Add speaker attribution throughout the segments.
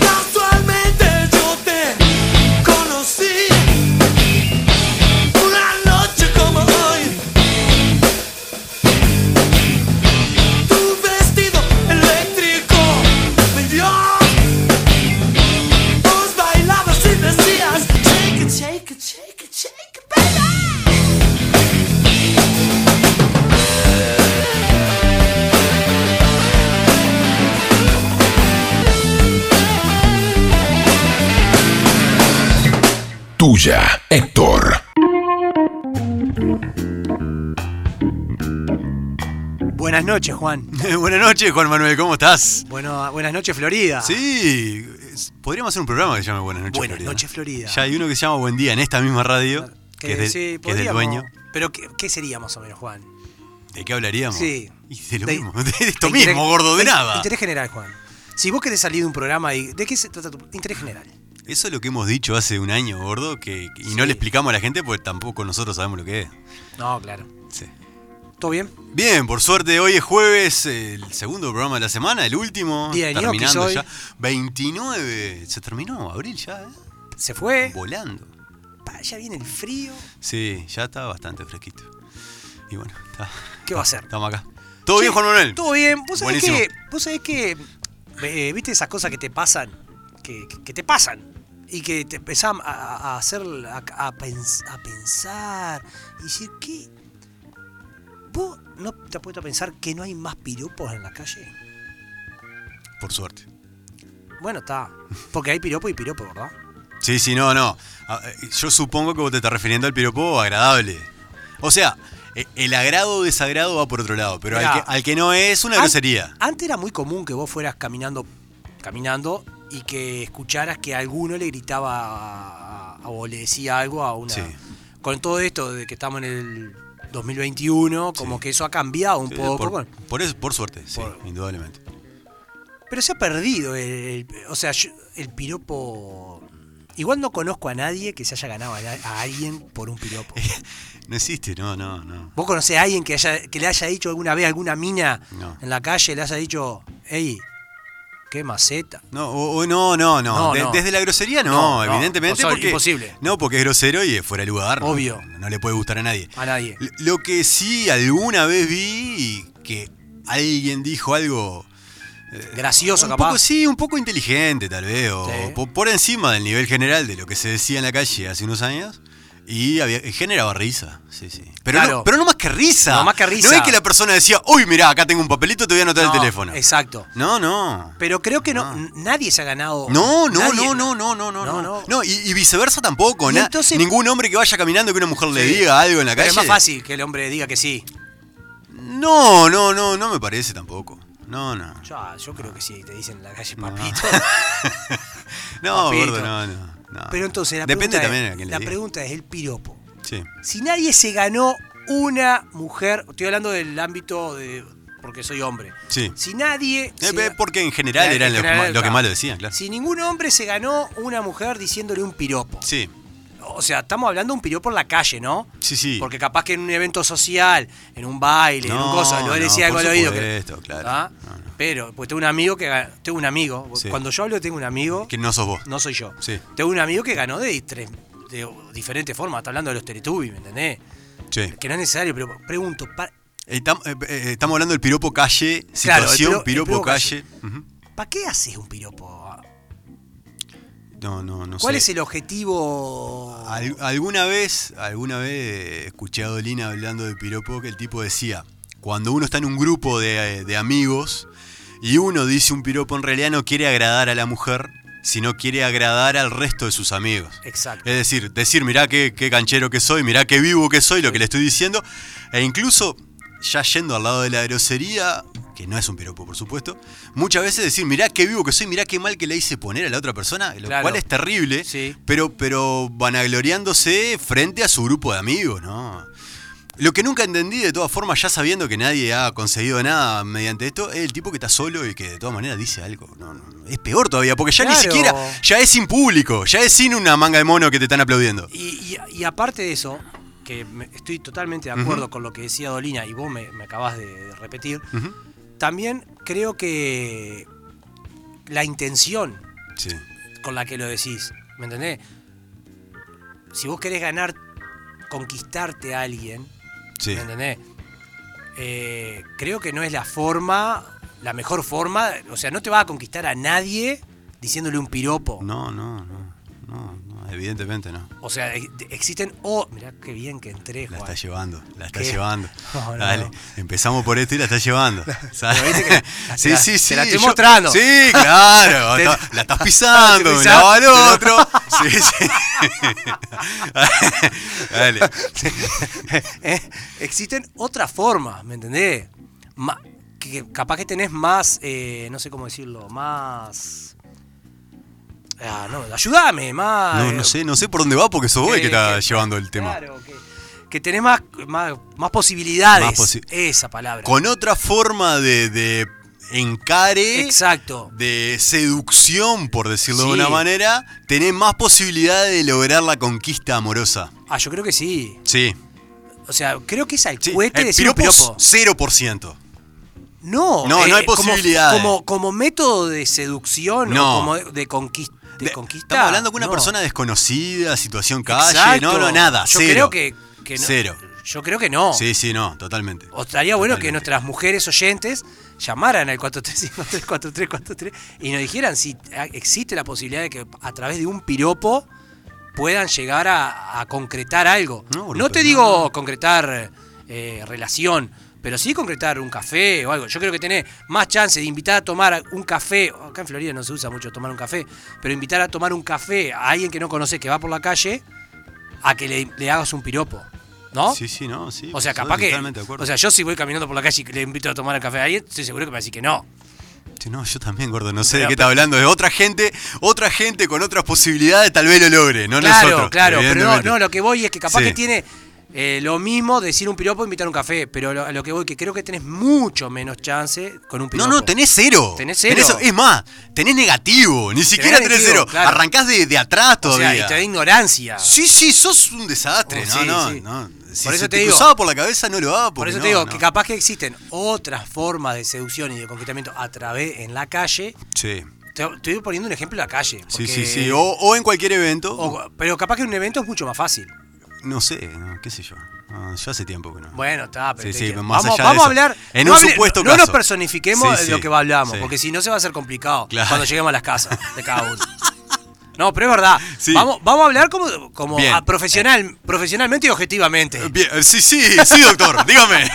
Speaker 1: Casualmente yo te conocí una noche como hoy. Tu vestido eléctrico me dio. Vos bailabas y decías shake it, shake it, shake it, shake it, baby.
Speaker 2: Tuya, Héctor.
Speaker 3: Buenas noches, Juan.
Speaker 4: Buenas noches, Juan Manuel, ¿cómo estás?
Speaker 3: Bueno, buenas noches, Florida.
Speaker 4: Sí, es- podríamos hacer un programa que se llame Buenas noches.
Speaker 3: Buenas
Speaker 4: Florida.
Speaker 3: noches, Florida.
Speaker 4: Ya hay uno que se llama Buen Día en esta misma radio, que, es, de-
Speaker 3: sí,
Speaker 4: que es del
Speaker 3: podríamos.
Speaker 4: dueño.
Speaker 3: Pero, ¿qué, qué sería más o menos, Juan?
Speaker 4: ¿De qué hablaríamos?
Speaker 3: Sí.
Speaker 4: Y de lo
Speaker 3: De-
Speaker 4: mismo, de esto
Speaker 3: interés-
Speaker 4: mismo, gordo, de nada.
Speaker 3: Interés general, Juan. Si vos querés salir de un programa y. ¿De qué se trata tu interés general?
Speaker 4: Eso es lo que hemos dicho hace un año, gordo, que, que- y no
Speaker 3: Sí.
Speaker 4: le explicamos a la gente porque tampoco nosotros sabemos lo que es.
Speaker 3: No, claro.
Speaker 4: Sí.
Speaker 3: ¿Todo bien?
Speaker 4: Bien, por suerte, hoy es jueves, el segundo programa de la semana, el último.
Speaker 3: Día de ñoquis
Speaker 4: terminando
Speaker 3: hoy.
Speaker 4: ya. 29, se terminó abril ya, ¿eh?
Speaker 3: Se fue.
Speaker 4: Volando.
Speaker 3: pa, ya viene el frío.
Speaker 4: Sí, ya está bastante fresquito. Y bueno, está.
Speaker 3: ¿Qué va a hacer?
Speaker 4: Estamos acá. ¿Todo
Speaker 3: Che,
Speaker 4: bien, Juan Manuel?
Speaker 3: Todo bien. Vos sabés
Speaker 4: Buenísimo.
Speaker 3: que. Vos sabés que. eh, ¿Viste esas cosas que te pasan? Que, que- que te pasan. Y que te empezás a, a- a hacer. A, a pens- a pensar. Y decir, ¿qué? ¿Vos no te has puesto a pensar que no hay más piropos en la calle?
Speaker 4: Por suerte.
Speaker 3: Bueno, está. Porque hay piropo y piropo, ¿verdad?
Speaker 4: Sí, sí, no, no. Ah, eh, Yo supongo que vos te estás refiriendo al piropo agradable. O sea, eh, el agrado o desagrado va por otro lado, pero al
Speaker 3: Mirá.
Speaker 4: que, al que no es una
Speaker 3: An-
Speaker 4: grosería.
Speaker 3: Antes era muy común que vos fueras caminando, caminando y que escucharas que alguno le gritaba a- o le decía algo a una.
Speaker 4: Sí.
Speaker 3: Con todo esto de que estamos en el 2021, como que eso ha cambiado un
Speaker 4: Sí,
Speaker 3: poco.
Speaker 4: Eh, por,
Speaker 3: bueno,
Speaker 4: por eso, por suerte, sí,
Speaker 3: Por-
Speaker 4: indudablemente.
Speaker 3: pero se ha perdido el, el- o sea, yo- el piropo. Igual no conozco a nadie que se haya ganado a, na- a alguien por un piropo.
Speaker 4: No existe, no, no, no.
Speaker 3: ¿Vos conocés a alguien que, haya- que le haya dicho alguna vez a alguna mina
Speaker 4: No.
Speaker 3: en la calle, le haya dicho, hey, qué maceta?
Speaker 4: No, o- o no, no, no.
Speaker 3: No,
Speaker 4: De-
Speaker 3: no.
Speaker 4: Desde la grosería
Speaker 3: No,
Speaker 4: no,
Speaker 3: no.
Speaker 4: evidentemente.
Speaker 3: O sea,
Speaker 4: porque,
Speaker 3: imposible.
Speaker 4: No, porque es grosero y es fuera de lugar.
Speaker 3: Obvio.
Speaker 4: No, no le puede gustar a nadie.
Speaker 3: A nadie.
Speaker 4: L- Lo que sí alguna vez vi que alguien dijo algo
Speaker 3: Gracioso,
Speaker 4: un
Speaker 3: capaz.
Speaker 4: poco sí, un poco inteligente tal vez, o
Speaker 3: Sí.
Speaker 4: po- por, encima del nivel general de lo que se decía en la calle hace unos años. Y había- generaba risa, sí, sí. Pero,
Speaker 3: Claro.
Speaker 4: no, pero no más que risa.
Speaker 3: No más que risa.
Speaker 4: No es que la persona decía, uy, mirá, acá tengo un papelito, te voy a anotar
Speaker 3: No,
Speaker 4: el teléfono.
Speaker 3: Exacto.
Speaker 4: No, no.
Speaker 3: Pero creo que no,
Speaker 4: No.
Speaker 3: n- nadie se ha ganado.
Speaker 4: No, no,
Speaker 3: nadie-
Speaker 4: no, no, no, no, no,
Speaker 3: No,
Speaker 4: no,
Speaker 3: no.
Speaker 4: y, y viceversa tampoco.
Speaker 3: Y
Speaker 4: na-
Speaker 3: entonces-
Speaker 4: Ningún hombre que vaya caminando que una mujer le
Speaker 3: Sí.
Speaker 4: diga algo en la calle.
Speaker 3: Pero es más fácil que el hombre diga que sí.
Speaker 4: No, no, no, no me parece tampoco. No, no.
Speaker 3: Yo, yo creo que sí, te dicen en la calle, papito.
Speaker 4: No,
Speaker 3: Papito.
Speaker 4: gordo, no, no. no.
Speaker 3: Pero entonces la
Speaker 4: Depende
Speaker 3: pregunta
Speaker 4: también
Speaker 3: es,
Speaker 4: a quién le
Speaker 3: La
Speaker 4: diga.
Speaker 3: pregunta es el piropo.
Speaker 4: Sí.
Speaker 3: Si nadie se ganó una mujer, estoy hablando del ámbito de. porque soy hombre.
Speaker 4: Sí.
Speaker 3: Si nadie.
Speaker 4: Eh,
Speaker 3: se-
Speaker 4: pe- porque en general
Speaker 3: Claro,
Speaker 4: eran
Speaker 3: en
Speaker 4: los que
Speaker 3: general,
Speaker 4: ma- lo que
Speaker 3: claro.
Speaker 4: más lo decían, claro. Sí.
Speaker 3: Si ningún hombre se ganó una mujer diciéndole un piropo.
Speaker 4: sí.
Speaker 3: O sea, estamos hablando de un piropo en la calle, ¿no?
Speaker 4: Sí, sí.
Speaker 3: Porque capaz que en un evento social, en un baile, en un
Speaker 4: No,
Speaker 3: cosa, lo
Speaker 4: no,
Speaker 3: decía algo
Speaker 4: por
Speaker 3: al oído. que-
Speaker 4: supuesto, claro.
Speaker 3: ¿Ah?
Speaker 4: No, no.
Speaker 3: Pero, pues tengo un amigo que ga- tengo un amigo.
Speaker 4: Sí.
Speaker 3: Cuando yo hablo tengo un amigo,
Speaker 4: Que no sos vos.
Speaker 3: no soy yo.
Speaker 4: Sí.
Speaker 3: Tengo un amigo que ganó de, tres- de diferentes formas, está hablando de los Teletubbies, ¿me entendés?
Speaker 4: Sí.
Speaker 3: Que no es necesario, pero pregunto, ¿para
Speaker 4: Eh, tam- eh, eh, estamos hablando del piropo calle,
Speaker 3: Claro, el
Speaker 4: situación,
Speaker 3: piro- el
Speaker 4: piropo,
Speaker 3: piropo calle.
Speaker 4: calle. Ujú.
Speaker 3: qué haces un piropo?
Speaker 4: No, no, no
Speaker 3: ¿Cuál
Speaker 4: sé.
Speaker 3: es el objetivo?
Speaker 4: Al- alguna vez, alguna vez eh, escuché a Dolina hablando de piropo que el tipo decía, cuando uno está en un grupo de, de amigos y uno dice un piropo, en realidad no quiere agradar a la mujer, sino quiere agradar al resto de sus amigos.
Speaker 3: Exacto.
Speaker 4: Es decir, decir, mirá qué, qué canchero que soy, mirá qué vivo que soy, lo que le estoy diciendo. E incluso, ya yendo al lado de la grosería, que no es un piropo, por supuesto, muchas veces decir, mirá qué vivo que soy, mirá qué mal que le hice poner a la otra persona, lo
Speaker 3: Claro.
Speaker 4: cual es terrible,
Speaker 3: Sí.
Speaker 4: pero, pero vanagloriándose frente a su grupo de amigos, ¿no? Lo que nunca entendí, de todas formas, ya sabiendo que nadie ha conseguido nada mediante esto, es el tipo que está solo y que de todas maneras dice algo. No, no, es peor todavía, porque ya ni
Speaker 3: Claro.
Speaker 4: siquiera, ya es sin público, ya es sin una manga de mono que te están aplaudiendo.
Speaker 3: Y, y- y aparte de eso, que me- estoy totalmente de acuerdo con lo que decía Dolina y vos me, me acabas de, de repetir,
Speaker 4: Ujú.
Speaker 3: también creo que la intención
Speaker 4: Sí.
Speaker 3: con la que lo decís, ¿me entendés? Si vos querés ganar, conquistarte a alguien,
Speaker 4: Sí.
Speaker 3: ¿Me entendés? Eh, creo que no es la forma, la mejor forma. O sea, no te vas a conquistar a nadie diciéndole un piropo.
Speaker 4: No, no, no. No, no, evidentemente no.
Speaker 3: O sea, e- existen. Oh, mirá qué bien que entré,
Speaker 4: La
Speaker 3: Juan.
Speaker 4: está llevando, la está
Speaker 3: ¿Qué?
Speaker 4: llevando.
Speaker 3: No, no,
Speaker 4: Dale,
Speaker 3: no.
Speaker 4: empezamos por esto y la está llevando. ¿sabes?
Speaker 3: viste que la-
Speaker 4: sí,
Speaker 3: la-
Speaker 4: sí,
Speaker 3: te
Speaker 4: sí.
Speaker 3: la estoy
Speaker 4: yo-
Speaker 3: mostrando.
Speaker 4: Sí, claro.
Speaker 3: Te-
Speaker 4: está- la estás pisando,
Speaker 3: Te
Speaker 4: me
Speaker 3: pisás,
Speaker 4: lava al
Speaker 3: te la-
Speaker 4: otro. Sí, sí. Dale.
Speaker 3: Eh, Existen otras formas, ¿me entendés? Ma- que que capaz que tenés más, eh, no sé cómo decirlo, más. Ah, no, ayúdame, más.
Speaker 4: No, no
Speaker 3: eh,
Speaker 4: sé, no sé por dónde va porque sos vos el que está llevando el tema.
Speaker 3: Claro, que, que tenés más, más, más posibilidades.
Speaker 4: Más posi-
Speaker 3: esa palabra.
Speaker 4: Con otra forma de, de encare,
Speaker 3: Exacto.
Speaker 4: de seducción, por decirlo de
Speaker 3: Sí.
Speaker 4: una manera, tenés más posibilidad de lograr la conquista amorosa.
Speaker 3: Ah, yo creo que sí.
Speaker 4: Sí.
Speaker 3: O sea, creo que es al
Speaker 4: Sí, Eh,
Speaker 3: cohete
Speaker 4: el
Speaker 3: decir un
Speaker 4: piropo
Speaker 3: piropo.
Speaker 4: es 0%.
Speaker 3: No, eh,
Speaker 4: No, no hay
Speaker 3: como-
Speaker 4: posibilidades.
Speaker 3: Como, como, método de seducción
Speaker 4: No.
Speaker 3: o como de, de conquista. De,
Speaker 4: De-
Speaker 3: conquista.
Speaker 4: Estamos hablando con una
Speaker 3: no.
Speaker 4: persona desconocida, situación calle,
Speaker 3: Exacto.
Speaker 4: no, no, nada,
Speaker 3: Yo
Speaker 4: cero.
Speaker 3: creo que, que no.
Speaker 4: Cero.
Speaker 3: Yo creo que no.
Speaker 4: Sí, sí, no, totalmente.
Speaker 3: O estaría bueno
Speaker 4: Totalmente.
Speaker 3: que nuestras mujeres oyentes llamaran al 435-343-43 y nos dijeran si ah, existe la posibilidad de que a través de un piropo puedan llegar a, a concretar algo.
Speaker 4: No,
Speaker 3: No,
Speaker 4: boludo,
Speaker 3: te
Speaker 4: no.
Speaker 3: digo concretar eh, relación, pero sí concretar un café o algo. Yo creo que tenés más chance de invitar a tomar un café. Acá en Florida no se usa mucho tomar un café, pero invitar a tomar un café a alguien que no conoces que va por la calle a que le, le hagas un piropo. ¿No?
Speaker 4: Sí, sí, no, sí.
Speaker 3: O sea,
Speaker 4: soy
Speaker 3: capaz que.
Speaker 4: Totalmente de acuerdo.
Speaker 3: O sea, yo si voy caminando por la calle y le invito a tomar el café a alguien, estoy seguro que me va a decir que no.
Speaker 4: Sí, no, yo también, gordo, no sé de
Speaker 3: Pero-
Speaker 4: qué está hablando. De otra gente, otra gente con otras posibilidades tal vez lo logre, no
Speaker 3: claro,
Speaker 4: nosotros.
Speaker 3: claro. Pero no,
Speaker 4: evidentemente.
Speaker 3: no, lo que voy es que capaz
Speaker 4: Sí.
Speaker 3: que tiene eh, lo mismo decir un piropo e invitar un café. Pero lo, a lo que voy, que creo que tenés mucho menos chance con un
Speaker 4: No,
Speaker 3: piropo.
Speaker 4: no, tenés cero.
Speaker 3: Tenés cero.
Speaker 4: es más, tenés negativo. Ni siquiera tenés
Speaker 3: negativo,
Speaker 4: cero.
Speaker 3: claro.
Speaker 4: Arrancás de, de atrás
Speaker 3: O
Speaker 4: todavía.
Speaker 3: sea, y te da ignorancia.
Speaker 4: Sí, sí, sos un desastre.
Speaker 3: Oh,
Speaker 4: no,
Speaker 3: sí,
Speaker 4: no,
Speaker 3: sí.
Speaker 4: no. Si
Speaker 3: Por eso
Speaker 4: se
Speaker 3: te
Speaker 4: te
Speaker 3: digo-
Speaker 4: cruzaba por la cabeza, no lo hago.
Speaker 3: Por eso te digo que capaz que existen otras formas de seducción y de conquistamiento a través en la calle.
Speaker 4: Sí.
Speaker 3: Te- Estoy poniendo un ejemplo en la calle.
Speaker 4: Sí,
Speaker 3: porque-
Speaker 4: sí, sí. O, o en cualquier evento.
Speaker 3: o- pero capaz que en un evento es mucho más fácil.
Speaker 4: No sé, no, qué sé yo. No, yo hace tiempo que no.
Speaker 3: Bueno, está, pero
Speaker 4: Sí,
Speaker 3: te
Speaker 4: sí,
Speaker 3: quiero-
Speaker 4: más
Speaker 3: vamos,
Speaker 4: allá de
Speaker 3: vamos
Speaker 4: eso.
Speaker 3: a hablar.
Speaker 4: En
Speaker 3: no
Speaker 4: un
Speaker 3: hable-
Speaker 4: supuesto
Speaker 3: no
Speaker 4: caso.
Speaker 3: nos personifiquemos
Speaker 4: Sí,
Speaker 3: de lo
Speaker 4: sí,
Speaker 3: que hablamos,
Speaker 4: sí.
Speaker 3: porque si no se va a hacer complicado
Speaker 4: Claro.
Speaker 3: cuando lleguemos a las casas de cada uno. No, pero es verdad.
Speaker 4: Sí.
Speaker 3: Vamos, vamos a hablar como, como
Speaker 4: Bien. Eh.
Speaker 3: a profesional, profesionalmente y objetivamente.
Speaker 4: Bien, eh, sí, sí, sí, doctor, dígame.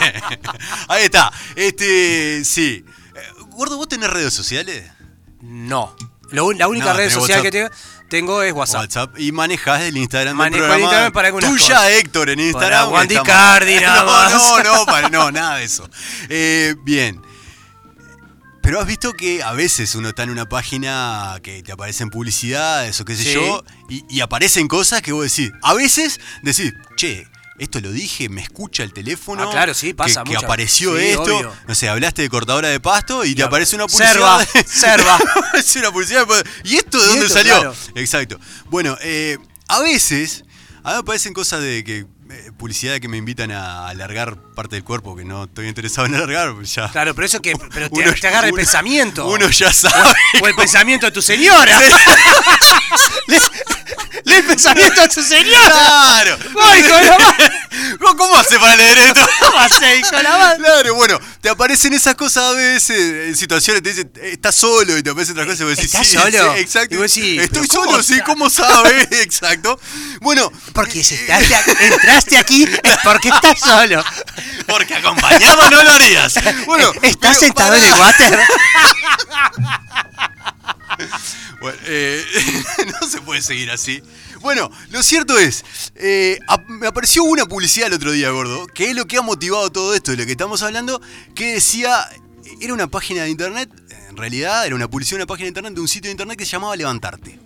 Speaker 4: Ahí está. Este, sí. Eh, Gordo, ¿vos tenés redes sociales?
Speaker 3: No. Lo un- la única
Speaker 4: No,
Speaker 3: red
Speaker 4: tenés
Speaker 3: social que
Speaker 4: WhatsApp.
Speaker 3: tengo, tengo es WhatsApp.
Speaker 4: WhatsApp. Y manejás el Instagram del
Speaker 3: Manejo el
Speaker 4: programa.
Speaker 3: Instagram para algunas
Speaker 4: Tuya,
Speaker 3: cosas.
Speaker 4: Héctor, en Instagram.
Speaker 3: Para Wandy
Speaker 4: estamos-
Speaker 3: Cardi, nada más.
Speaker 4: No, no, no, para- no, nada de eso. Eh, bien. Pero has visto que a veces uno está en una página que te aparecen publicidades o qué sé
Speaker 3: Sí.
Speaker 4: yo, y, y aparecen cosas que vos decís. A veces decís, che, esto lo dije, me escucha el teléfono.
Speaker 3: Ah, claro, sí, pasa
Speaker 4: Que, que
Speaker 3: mucho.
Speaker 4: apareció
Speaker 3: Sí,
Speaker 4: esto.
Speaker 3: obvio.
Speaker 4: No sé, hablaste de cortadora de pasto y, te aparece una
Speaker 3: Serva,
Speaker 4: publicidad.
Speaker 3: serva.
Speaker 4: es una publicidad. ¿Y esto de
Speaker 3: Y
Speaker 4: dónde
Speaker 3: esto,
Speaker 4: salió?
Speaker 3: claro.
Speaker 4: Exacto. Bueno, eh, a veces, a mí me aparecen cosas de que eh, publicidad que me invitan a alargar parte del cuerpo que no estoy interesado en alargar. pues Ya.
Speaker 3: Claro, pero eso que pero te,
Speaker 4: Uno-
Speaker 3: te agarra el
Speaker 4: uno-
Speaker 3: pensamiento.
Speaker 4: Uno ya sabe.
Speaker 3: o el pensamiento de tu señora. Le- le el pensamiento de tu señora.
Speaker 4: Claro.
Speaker 3: Ay, con la madre.
Speaker 4: ¿Cómo- ¿Cómo hace para leer esto?
Speaker 3: ¿Cómo hace, hijo de la madre?
Speaker 4: Claro, bueno, te aparecen esas cosas a veces, en situaciones te dicen, eh, estás solo, y te aparecen otras cosas, y vos decís,
Speaker 3: ¿Estás
Speaker 4: sí,
Speaker 3: solo?
Speaker 4: sí, exacto.
Speaker 3: Y vos decís,
Speaker 4: Estoy
Speaker 3: ¿pero cómo
Speaker 4: solo, sí,
Speaker 3: está?
Speaker 4: ¿cómo sabes? exacto. Bueno,
Speaker 3: Porque si estás a- entraste aquí es porque estás solo.
Speaker 4: porque acompañado no lo harías. Bueno, pero
Speaker 3: estás Eh, sentado en el
Speaker 4: pará.
Speaker 3: water.
Speaker 4: Bueno, eh, no se puede seguir así. Bueno, lo cierto es, eh, ap- me apareció una publicidad el otro día, gordo, que es lo que ha motivado todo esto, de lo que estamos hablando, que decía, era una página de internet, en realidad era una publicidad, de una página de internet de un sitio de internet que se llamaba Levantarte.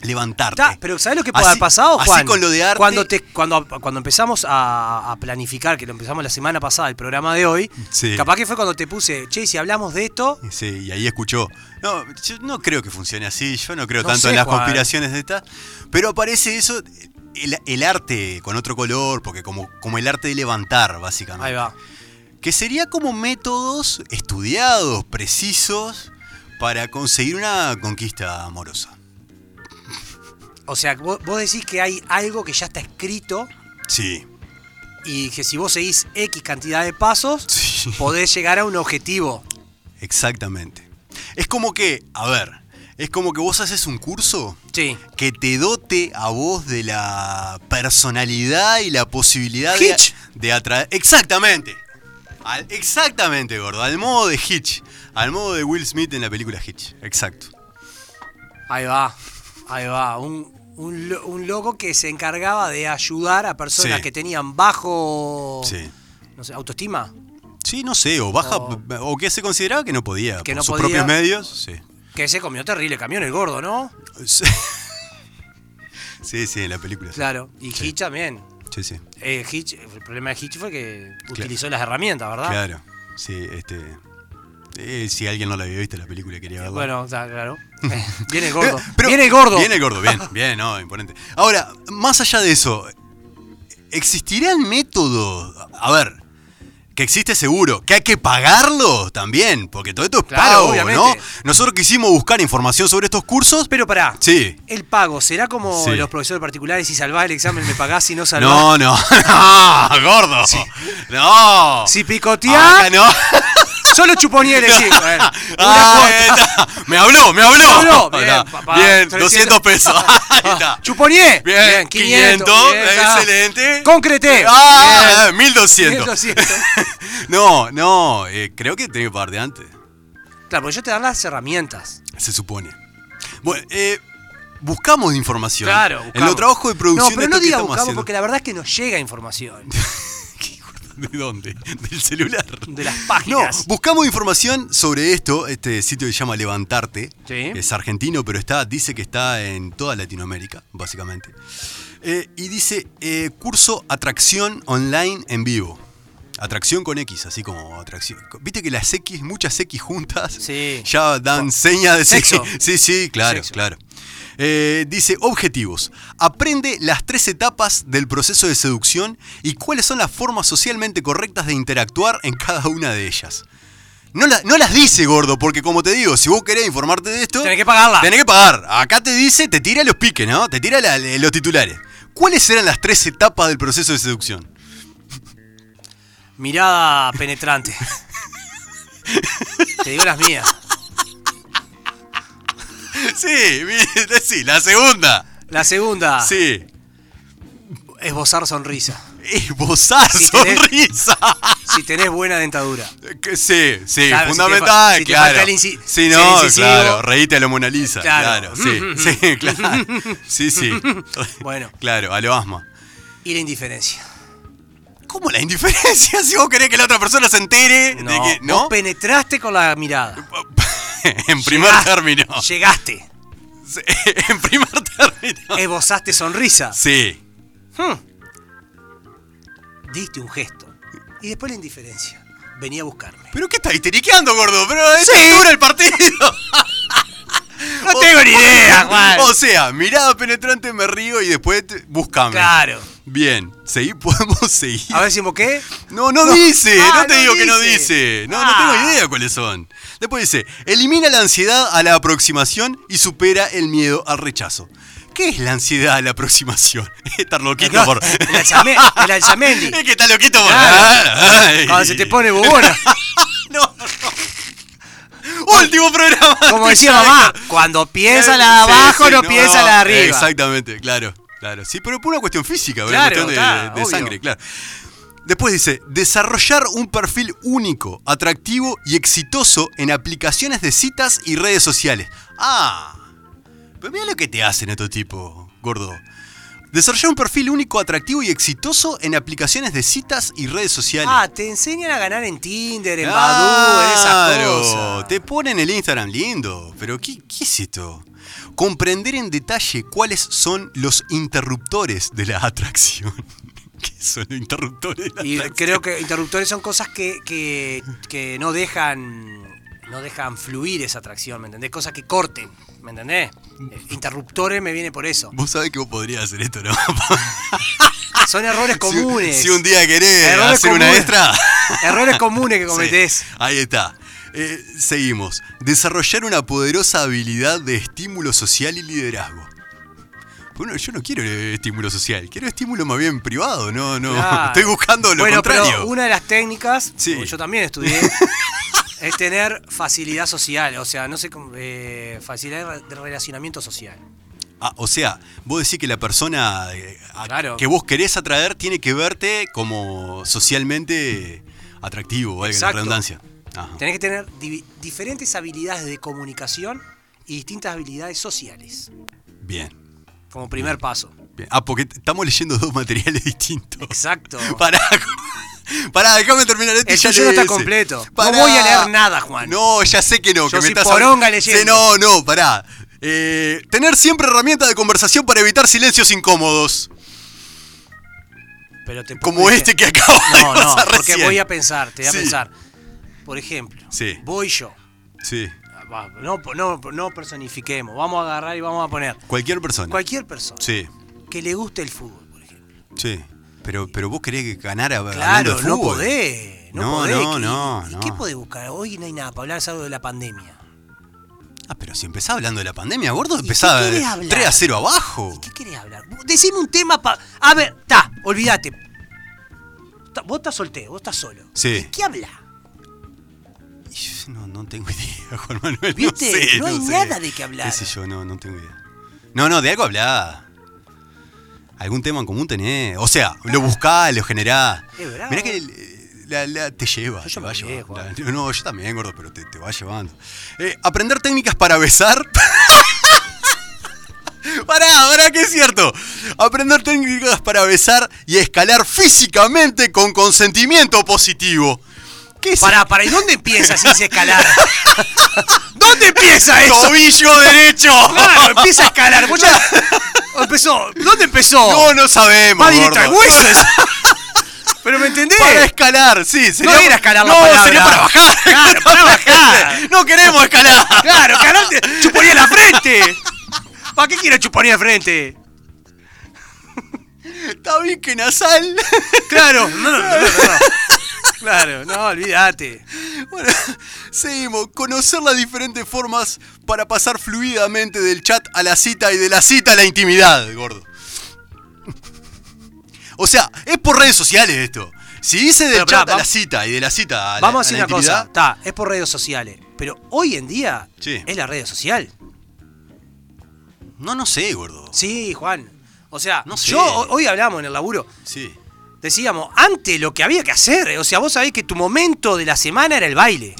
Speaker 4: levantarte.
Speaker 3: Ta, pero ¿sabes lo que puede haber
Speaker 4: Así-
Speaker 3: pasado,
Speaker 4: así
Speaker 3: Juan?
Speaker 4: con lo de arte-
Speaker 3: Cuando, te- cuando, cuando empezamos a, a planificar, que lo empezamos la semana pasada, el programa de hoy,
Speaker 4: Sí.
Speaker 3: capaz que fue cuando te puse, che, si hablamos de esto,
Speaker 4: Sí, y ahí escuchó. No, yo no creo que funcione así, yo no creo
Speaker 3: No
Speaker 4: tanto
Speaker 3: sé,
Speaker 4: en las
Speaker 3: Juan.
Speaker 4: conspiraciones de estas, pero aparece eso, el, el arte con otro color, porque como, como el arte de levantar, básicamente.
Speaker 3: ahí va.
Speaker 4: Que sería como métodos estudiados, precisos, para conseguir una conquista amorosa.
Speaker 3: O sea, vos, vos decís que hay algo que ya está escrito
Speaker 4: Sí,
Speaker 3: y que si vos seguís X cantidad de pasos,
Speaker 4: Sí.
Speaker 3: podés llegar a un objetivo.
Speaker 4: exactamente. Es como que, a ver, es como que vos haces un curso
Speaker 3: Sí.
Speaker 4: que te dote a vos de la personalidad y la posibilidad de-
Speaker 3: Hitch.
Speaker 4: de, atraer. Exactamente. Al- exactamente, gordo. Al modo de Hitch. Al modo de Will Smith en la película Hitch. Exacto.
Speaker 3: Ahí va, ahí va. Un, un, lo- un loco que se encargaba de ayudar a personas
Speaker 4: Sí.
Speaker 3: que tenían bajo
Speaker 4: Sí.
Speaker 3: no sé, autoestima,
Speaker 4: Sí, no sé, o baja,
Speaker 3: O-
Speaker 4: o, que se consideraba que no podía,
Speaker 3: Que
Speaker 4: por
Speaker 3: no
Speaker 4: sus
Speaker 3: podía.
Speaker 4: propios medios. Sí.
Speaker 3: que se comió terrible camión el gordo, ¿no?
Speaker 4: sí, sí, en la película. sí.
Speaker 3: Claro. Y
Speaker 4: Sí.
Speaker 3: Hitch también.
Speaker 4: Sí, sí,
Speaker 3: Eh, Hitch, el problema de Hitch fue que utilizó las herramientas, ¿verdad?
Speaker 4: claro. Sí, este. eh, si alguien no la había visto la película y quería verla.
Speaker 3: Bueno, ta- claro. Viene el gordo.
Speaker 4: Eh, Pero-
Speaker 3: Viene el gordo.
Speaker 4: Viene el gordo, bien, bien, no, imponente. Ahora, más allá de eso, ¿existirá el método? A ver, que existe seguro, que hay que pagarlo también, porque todo esto es
Speaker 3: Claro,
Speaker 4: pago,
Speaker 3: obviamente.
Speaker 4: ¿no? Nosotros quisimos buscar información sobre estos cursos, pero...
Speaker 3: Pero pará.
Speaker 4: Sí.
Speaker 3: El pago, ¿será como
Speaker 4: Sí.
Speaker 3: los profesores particulares? Si salvás el examen me pagás, si no salvás.
Speaker 4: No, no, no, gordo. No.
Speaker 3: Si
Speaker 4: Acá
Speaker 3: picoteás,
Speaker 4: no.
Speaker 3: solo chuponieres, sí. Bueno, eh. una
Speaker 4: Ah,
Speaker 3: cuota.
Speaker 4: ahí está. Me habló, me habló.
Speaker 3: habló. Bien,
Speaker 4: Ahí está.
Speaker 3: papá. Ah,
Speaker 4: Bien,
Speaker 3: 300.
Speaker 4: 200 pesos. Ahí está.
Speaker 3: Chuponié.
Speaker 4: Bien, 500,
Speaker 3: está.
Speaker 4: excelente.
Speaker 3: Concreté.
Speaker 4: Ah,
Speaker 3: Bien.
Speaker 4: 1200.
Speaker 3: 1200.
Speaker 4: no, no, eh, creo que tenía que pagar de antes,
Speaker 3: Claro, porque yo te dan las herramientas.
Speaker 4: se supone. Bueno, eh, buscamos información.
Speaker 3: Claro,
Speaker 4: En los
Speaker 3: buscamos.
Speaker 4: trabajos de producción
Speaker 3: No, pero no
Speaker 4: estos que
Speaker 3: diga
Speaker 4: estamos
Speaker 3: buscamos
Speaker 4: haciendo-
Speaker 3: porque la verdad es que nos llega información
Speaker 4: ¿De dónde? Del celular.
Speaker 3: de las
Speaker 4: No,
Speaker 3: páginas.
Speaker 4: buscamos información sobre esto. Este sitio se llama Levantarte.
Speaker 3: Sí.
Speaker 4: Es argentino, pero está, dice que está en toda Latinoamérica, básicamente. Eh, y dice eh, curso Atracción Online en vivo. Atracción con X, así como atracción. Viste que las X, muchas X juntas,
Speaker 3: Sí.
Speaker 4: ya dan señas de
Speaker 3: Sexo.
Speaker 4: Sí, sí, claro,
Speaker 3: Sexo.
Speaker 4: claro. Eh, dice objetivos. Aprende las tres etapas del proceso de seducción y cuáles son las formas socialmente correctas de interactuar en cada una de ellas. No, la- no las dice, gordo, porque como te digo, si vos querés informarte de esto,
Speaker 3: Tenés que pagarla.
Speaker 4: tenés que pagar. Acá te dice, te tira los piques, ¿no? Te tira la- los titulares. ¿Cuáles eran las tres etapas del proceso de seducción?
Speaker 3: Mirada penetrante. te digo las mías.
Speaker 4: Sí, mire, sí, la segunda.
Speaker 3: La segunda,
Speaker 4: Sí.
Speaker 3: esbozar sonrisa.
Speaker 4: Esbozar
Speaker 3: Si tenés-
Speaker 4: ah, sonrisa.
Speaker 3: Si tenés buena dentadura.
Speaker 4: Que sí, sí,
Speaker 3: Claro,
Speaker 4: fundamental,
Speaker 3: si te fa- si te
Speaker 4: claro.
Speaker 3: falta el inci-
Speaker 4: sí,
Speaker 3: el
Speaker 4: no,
Speaker 3: incisivo.
Speaker 4: claro, reíte a lo Mona Lisa, claro,
Speaker 3: Claro.
Speaker 4: sí, sí, claro. Sí, sí.
Speaker 3: Bueno.
Speaker 4: Claro, a lo asma.
Speaker 3: Y la indiferencia.
Speaker 4: ¿Cómo la indiferencia si vos querés que la otra persona se entere
Speaker 3: No,
Speaker 4: de que
Speaker 3: Vos
Speaker 4: no?
Speaker 3: penetraste con la mirada.
Speaker 4: en primer
Speaker 3: Llegás-
Speaker 4: término.
Speaker 3: Llegaste.
Speaker 4: Sí, en primer término.
Speaker 3: Esbozaste sonrisa.
Speaker 4: Sí.
Speaker 3: Diste un gesto. Y después la indiferencia. Venía a buscarme.
Speaker 4: ¿Pero qué estás histeriqueando, gordo? Pero es dura el partido.
Speaker 3: No tengo ni idea, Juan.
Speaker 4: O sea, mirada penetrante, me río y después te- buscame.
Speaker 3: Claro.
Speaker 4: Bien, seguí, podemos seguir.
Speaker 3: A ver si moqué.
Speaker 4: No, no, dice,
Speaker 3: Ah,
Speaker 4: no te
Speaker 3: no
Speaker 4: digo que no
Speaker 3: dice.
Speaker 4: dice. No, no
Speaker 3: Ah.
Speaker 4: tengo idea cuáles son. Después dice, elimina la ansiedad a la aproximación y supera el miedo al rechazo. ¿Qué es la ansiedad a la aproximación? Estar loquito
Speaker 3: No,
Speaker 4: por...
Speaker 3: el alzame- el alzamendi.
Speaker 4: Es que está loquito por... Ah,
Speaker 3: Claro.
Speaker 4: Ay.
Speaker 3: Cuando se te pone bobona.
Speaker 4: No, no. Último programa.
Speaker 3: Como decía mamá, cuando piensa la de
Speaker 4: Sí,
Speaker 3: abajo,
Speaker 4: sí,
Speaker 3: no, piensa la de arriba.
Speaker 4: Exactamente, claro, claro. Sí, pero por una cuestión física, por
Speaker 3: Claro,
Speaker 4: una cuestión de-
Speaker 3: está,
Speaker 4: de,
Speaker 3: obvio.
Speaker 4: sangre, claro. Después dice, desarrollar un perfil único, atractivo y exitoso en aplicaciones de citas y redes sociales. Ah, pero mira lo que te hacen estos tipos, gordo. Desarrollar un perfil único, atractivo y exitoso en aplicaciones de citas y redes sociales.
Speaker 3: Ah, te enseñan a ganar en Tinder, en Badoo, en
Speaker 4: Claro,
Speaker 3: esas cosas.
Speaker 4: Te ponen el Instagram lindo, pero ¿qué, qué es esto? Comprender en detalle cuáles son los interruptores de la atracción. ¿Qué son los interruptores de la
Speaker 3: Y
Speaker 4: atracción?
Speaker 3: creo que interruptores son cosas que, que, que no dejan no dejan fluir esa atracción, ¿me entendés? Cosas que corten, ¿me entendés? Eh, Interruptores me viene por eso.
Speaker 4: Vos sabés que vos podrías hacer esto, ¿no?
Speaker 3: Son errores
Speaker 4: Si un-
Speaker 3: comunes.
Speaker 4: Si, un día querés
Speaker 3: Errores
Speaker 4: hacer una
Speaker 3: comunes.
Speaker 4: extra.
Speaker 3: Errores comunes que
Speaker 4: Sí,
Speaker 3: cometés.
Speaker 4: ahí está. Eh, seguimos. Desarrollar una poderosa habilidad de estímulo social y liderazgo. Bueno, yo no quiero eh, estímulo social, quiero estímulo más bien privado, no, no.
Speaker 3: Claro.
Speaker 4: Estoy buscando lo
Speaker 3: bueno,
Speaker 4: contrario.
Speaker 3: Pero una de las técnicas,
Speaker 4: Sí.
Speaker 3: porque yo también estudié, es tener facilidad social, o sea, no sé, cómo, eh, facilidad de re- de relacionamiento social.
Speaker 4: Ah, o sea, vos decís que la persona eh, a-
Speaker 3: Claro.
Speaker 4: que vos querés atraer tiene que verte como socialmente atractivo, valga
Speaker 3: Exacto.
Speaker 4: la redundancia. Ajá.
Speaker 3: Tenés que tener di- diferentes habilidades de comunicación y distintas habilidades sociales,
Speaker 4: Bien,
Speaker 3: como primer paso.
Speaker 4: bien. Ah, porque t- estamos leyendo dos materiales distintos.
Speaker 3: Exacto.
Speaker 4: Pará, pará, déjame terminar esto. y
Speaker 3: El
Speaker 4: ya
Speaker 3: tuyo
Speaker 4: leí
Speaker 3: no está
Speaker 4: ese.
Speaker 3: completo. No
Speaker 4: Pará.
Speaker 3: voy a leer nada, Juan.
Speaker 4: No, ya sé que no.
Speaker 3: Yo
Speaker 4: que me
Speaker 3: soy
Speaker 4: estás
Speaker 3: poronga
Speaker 4: hab-
Speaker 3: leyendo.
Speaker 4: Sí, no, no, pará. Eh, tener siempre herramientas de conversación para evitar silencios incómodos.
Speaker 3: Pero te pongo
Speaker 4: Como
Speaker 3: de-
Speaker 4: este que acabo de
Speaker 3: No, no,
Speaker 4: pasar
Speaker 3: porque
Speaker 4: recién.
Speaker 3: voy a pensar, te voy a
Speaker 4: Sí.
Speaker 3: pensar. Por ejemplo,
Speaker 4: Sí.
Speaker 3: voy yo.
Speaker 4: Sí,
Speaker 3: Va, No, no, no personifiquemos. Vamos a agarrar y vamos a poner
Speaker 4: cualquier persona.
Speaker 3: cualquier persona
Speaker 4: Sí,
Speaker 3: que le guste el fútbol, por ejemplo.
Speaker 4: sí. Pero, pero vos querés que ganar a hablando
Speaker 3: Claro,
Speaker 4: de
Speaker 3: no
Speaker 4: fútbol.
Speaker 3: podés. No,
Speaker 4: No,
Speaker 3: podés.
Speaker 4: no,
Speaker 3: ¿Y-
Speaker 4: no,
Speaker 3: ¿Y
Speaker 4: no.
Speaker 3: qué podés buscar? Hoy no hay nada para hablar, salvo de la pandemia.
Speaker 4: Ah, pero si empezás hablando de la pandemia, gordo,
Speaker 3: qué
Speaker 4: empezaba
Speaker 3: querés hablar?
Speaker 4: 3 a 0 abajo.
Speaker 3: ¿Qué querés hablar? Vos Decime un tema para. A ver, está, olvídate. Ta, Vos estás soltero, vos estás solo.
Speaker 4: Sí.
Speaker 3: ¿De qué habla?
Speaker 4: Y yo No, no tengo idea, Juan Manuel.
Speaker 3: ¿Viste?
Speaker 4: No, sé,
Speaker 3: No hay
Speaker 4: sé.
Speaker 3: nada de qué hablar.
Speaker 4: Qué sé yo, no, no tengo idea. No, no, de algo hablá. Algún tema en común tenés. O sea, lo buscá, lo generá.
Speaker 3: Ah. Es verdad.
Speaker 4: Mirá que el- la, la- te lleva.
Speaker 3: Yo ya
Speaker 4: te va
Speaker 3: me olvidé,
Speaker 4: llevando.
Speaker 3: Juan.
Speaker 4: La- no, yo también, gordo, pero te, te va llevando. Eh, aprender técnicas para besar. Pará, pará, que es cierto. Aprender técnicas para besar y escalar físicamente con consentimiento positivo. ¿Qué es
Speaker 3: Pará, pará, ¿y dónde empieza si dice escalar? ¿Dónde empieza eso?
Speaker 4: Tobillo derecho.
Speaker 3: Claro, empieza a escalar. Vos ya- Empezó. ¿Dónde empezó?
Speaker 4: No, no sabemos.
Speaker 3: Va directo
Speaker 4: gordo.
Speaker 3: al hueso eso. Pero me entendés.
Speaker 4: Para escalar, sí.
Speaker 3: no era escalar la
Speaker 4: no,
Speaker 3: palabra.
Speaker 4: sería para bajar.
Speaker 3: Claro, para bajar.
Speaker 4: No queremos escalar.
Speaker 3: Claro, escalar te chuponía la frente. ¿Para qué quiero chuponía la frente?
Speaker 4: Está bien que nasal.
Speaker 3: Claro. No, no, no, no, no. Claro, no, olvídate.
Speaker 4: Bueno, seguimos. Conocer las diferentes formas para pasar fluidamente del chat a la cita y de la cita a la intimidad, gordo. O sea, es por redes sociales esto. Si dice del
Speaker 3: Pero, pará,
Speaker 4: chat a la
Speaker 3: vam-
Speaker 4: cita y de la cita a la,
Speaker 3: Vamos a decir
Speaker 4: la
Speaker 3: una cosa.
Speaker 4: intimidad.
Speaker 3: Está, es por redes sociales. Pero hoy en día
Speaker 4: Sí.
Speaker 3: es la red social.
Speaker 4: No, no sé, gordo.
Speaker 3: Sí, Juan. O sea,
Speaker 4: No sé.
Speaker 3: yo ho- hoy hablamos en el laburo.
Speaker 4: Sí.
Speaker 3: Decíamos, antes lo que había que hacer. O sea, vos sabés que tu momento de la semana era el baile.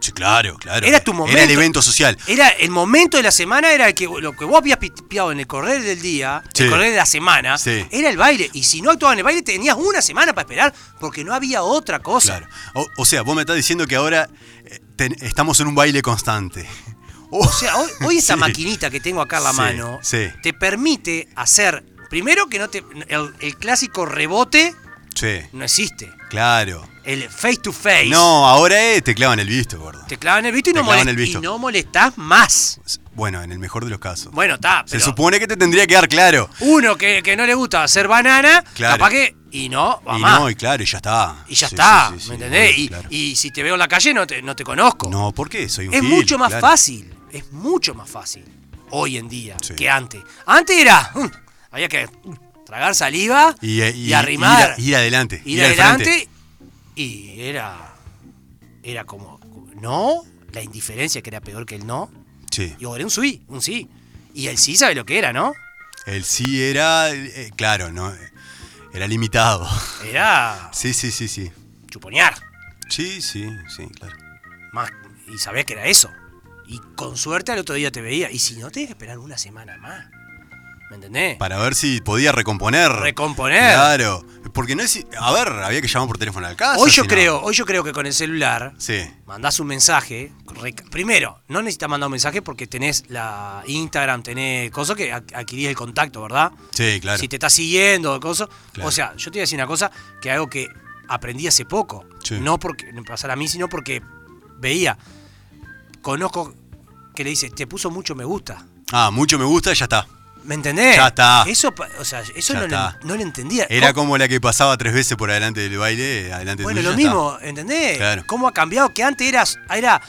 Speaker 4: Sí, claro, claro.
Speaker 3: Era tu momento.
Speaker 4: Era el evento social.
Speaker 3: Era el momento de la semana, era el que lo que vos habías pipiado en el correr del día,
Speaker 4: Sí.
Speaker 3: el correr de la semana,
Speaker 4: Sí.
Speaker 3: era el baile. Y si no actuaban en el baile, tenías una semana para esperar porque no había otra cosa.
Speaker 4: Claro. O, o sea, vos me estás diciendo que ahora eh, ten- estamos en un baile constante. Oh,
Speaker 3: O sea, hoy, hoy esa
Speaker 4: Sí.
Speaker 3: maquinita que tengo acá en la
Speaker 4: Sí,
Speaker 3: mano
Speaker 4: sí.
Speaker 3: te permite hacer, primero que no te. El, el clásico rebote
Speaker 4: Sí,
Speaker 3: no existe.
Speaker 4: claro.
Speaker 3: El face to face.
Speaker 4: No, ahora eh, te clavan el visto, gordo.
Speaker 3: Te clavan el visto y,
Speaker 4: Te
Speaker 3: no,
Speaker 4: clavan
Speaker 3: molest-
Speaker 4: el visto.
Speaker 3: y no molestás más.
Speaker 4: Bueno, en el mejor de los casos.
Speaker 3: Bueno, está.
Speaker 4: Se
Speaker 3: pero-
Speaker 4: supone que te tendría que quedar claro.
Speaker 3: Uno que, que no le gusta hacer banana,
Speaker 4: Claro.
Speaker 3: capaz que. Y no, va
Speaker 4: y
Speaker 3: más.
Speaker 4: no, y claro, y ya está.
Speaker 3: Y ya
Speaker 4: Sí,
Speaker 3: está,
Speaker 4: sí, sí, sí,
Speaker 3: ¿me entendés?
Speaker 4: obvio,
Speaker 3: y,
Speaker 4: claro.
Speaker 3: y si te veo en la calle no te, no te conozco.
Speaker 4: No, ¿por qué? Soy un
Speaker 3: es
Speaker 4: gil,
Speaker 3: mucho más
Speaker 4: claro.
Speaker 3: fácil, es mucho más fácil hoy en día
Speaker 4: Sí.
Speaker 3: que antes. Antes era, mm, había que mm, tragar saliva
Speaker 4: Y,
Speaker 3: y,
Speaker 4: eh, y-
Speaker 3: arrimar.
Speaker 4: ir a- ir adelante,
Speaker 3: Ir,
Speaker 4: ir al
Speaker 3: adelante. Y era, era como, no, la indiferencia que era peor que el no.
Speaker 4: Sí.
Speaker 3: Y ahora un sí, un sí. Y el sí sabe lo que era, ¿no?
Speaker 4: El sí era. eh, claro, no. eh, Era limitado.
Speaker 3: Era
Speaker 4: Sí, sí, sí, sí.
Speaker 3: chuponear.
Speaker 4: Sí, sí, sí, claro.
Speaker 3: más y sabías que era eso. Y con suerte al otro día te veía. Y si no, tenías que esperar una semana más. ¿Me entendés?
Speaker 4: Para ver si podía recomponer.
Speaker 3: Recomponer.
Speaker 4: Claro. Porque no es. A ver, había que llamar por teléfono al casa.
Speaker 3: Hoy
Speaker 4: si
Speaker 3: yo
Speaker 4: no.
Speaker 3: creo, hoy yo creo que con el celular
Speaker 4: Sí.
Speaker 3: mandás un mensaje. rec- Primero, no necesitas mandar un mensaje porque tenés la Instagram, tenés cosas que ad- adquirís el contacto, ¿verdad?
Speaker 4: Sí, claro.
Speaker 3: Si te estás siguiendo, cosas.
Speaker 4: Claro.
Speaker 3: O sea, yo te voy a decir una cosa que algo que aprendí hace poco.
Speaker 4: Sí.
Speaker 3: No porque me pasara a mí, sino porque veía. Conozco que le dice, te puso mucho me gusta.
Speaker 4: Ah, mucho me gusta, ya está.
Speaker 3: ¿Me entendés?
Speaker 4: Ya está.
Speaker 3: Eso, pa- o sea, eso
Speaker 4: Ya
Speaker 3: no, lo,
Speaker 4: está.
Speaker 3: no lo entendía.
Speaker 4: Era
Speaker 3: ¿Cómo-
Speaker 4: como la que pasaba tres veces por adelante del baile, adelante
Speaker 3: Oh. Bueno,
Speaker 4: tuyo,
Speaker 3: lo
Speaker 4: ya está.
Speaker 3: mismo, ¿entendés?
Speaker 4: Claro.
Speaker 3: ¿Cómo ha cambiado? Que antes era, era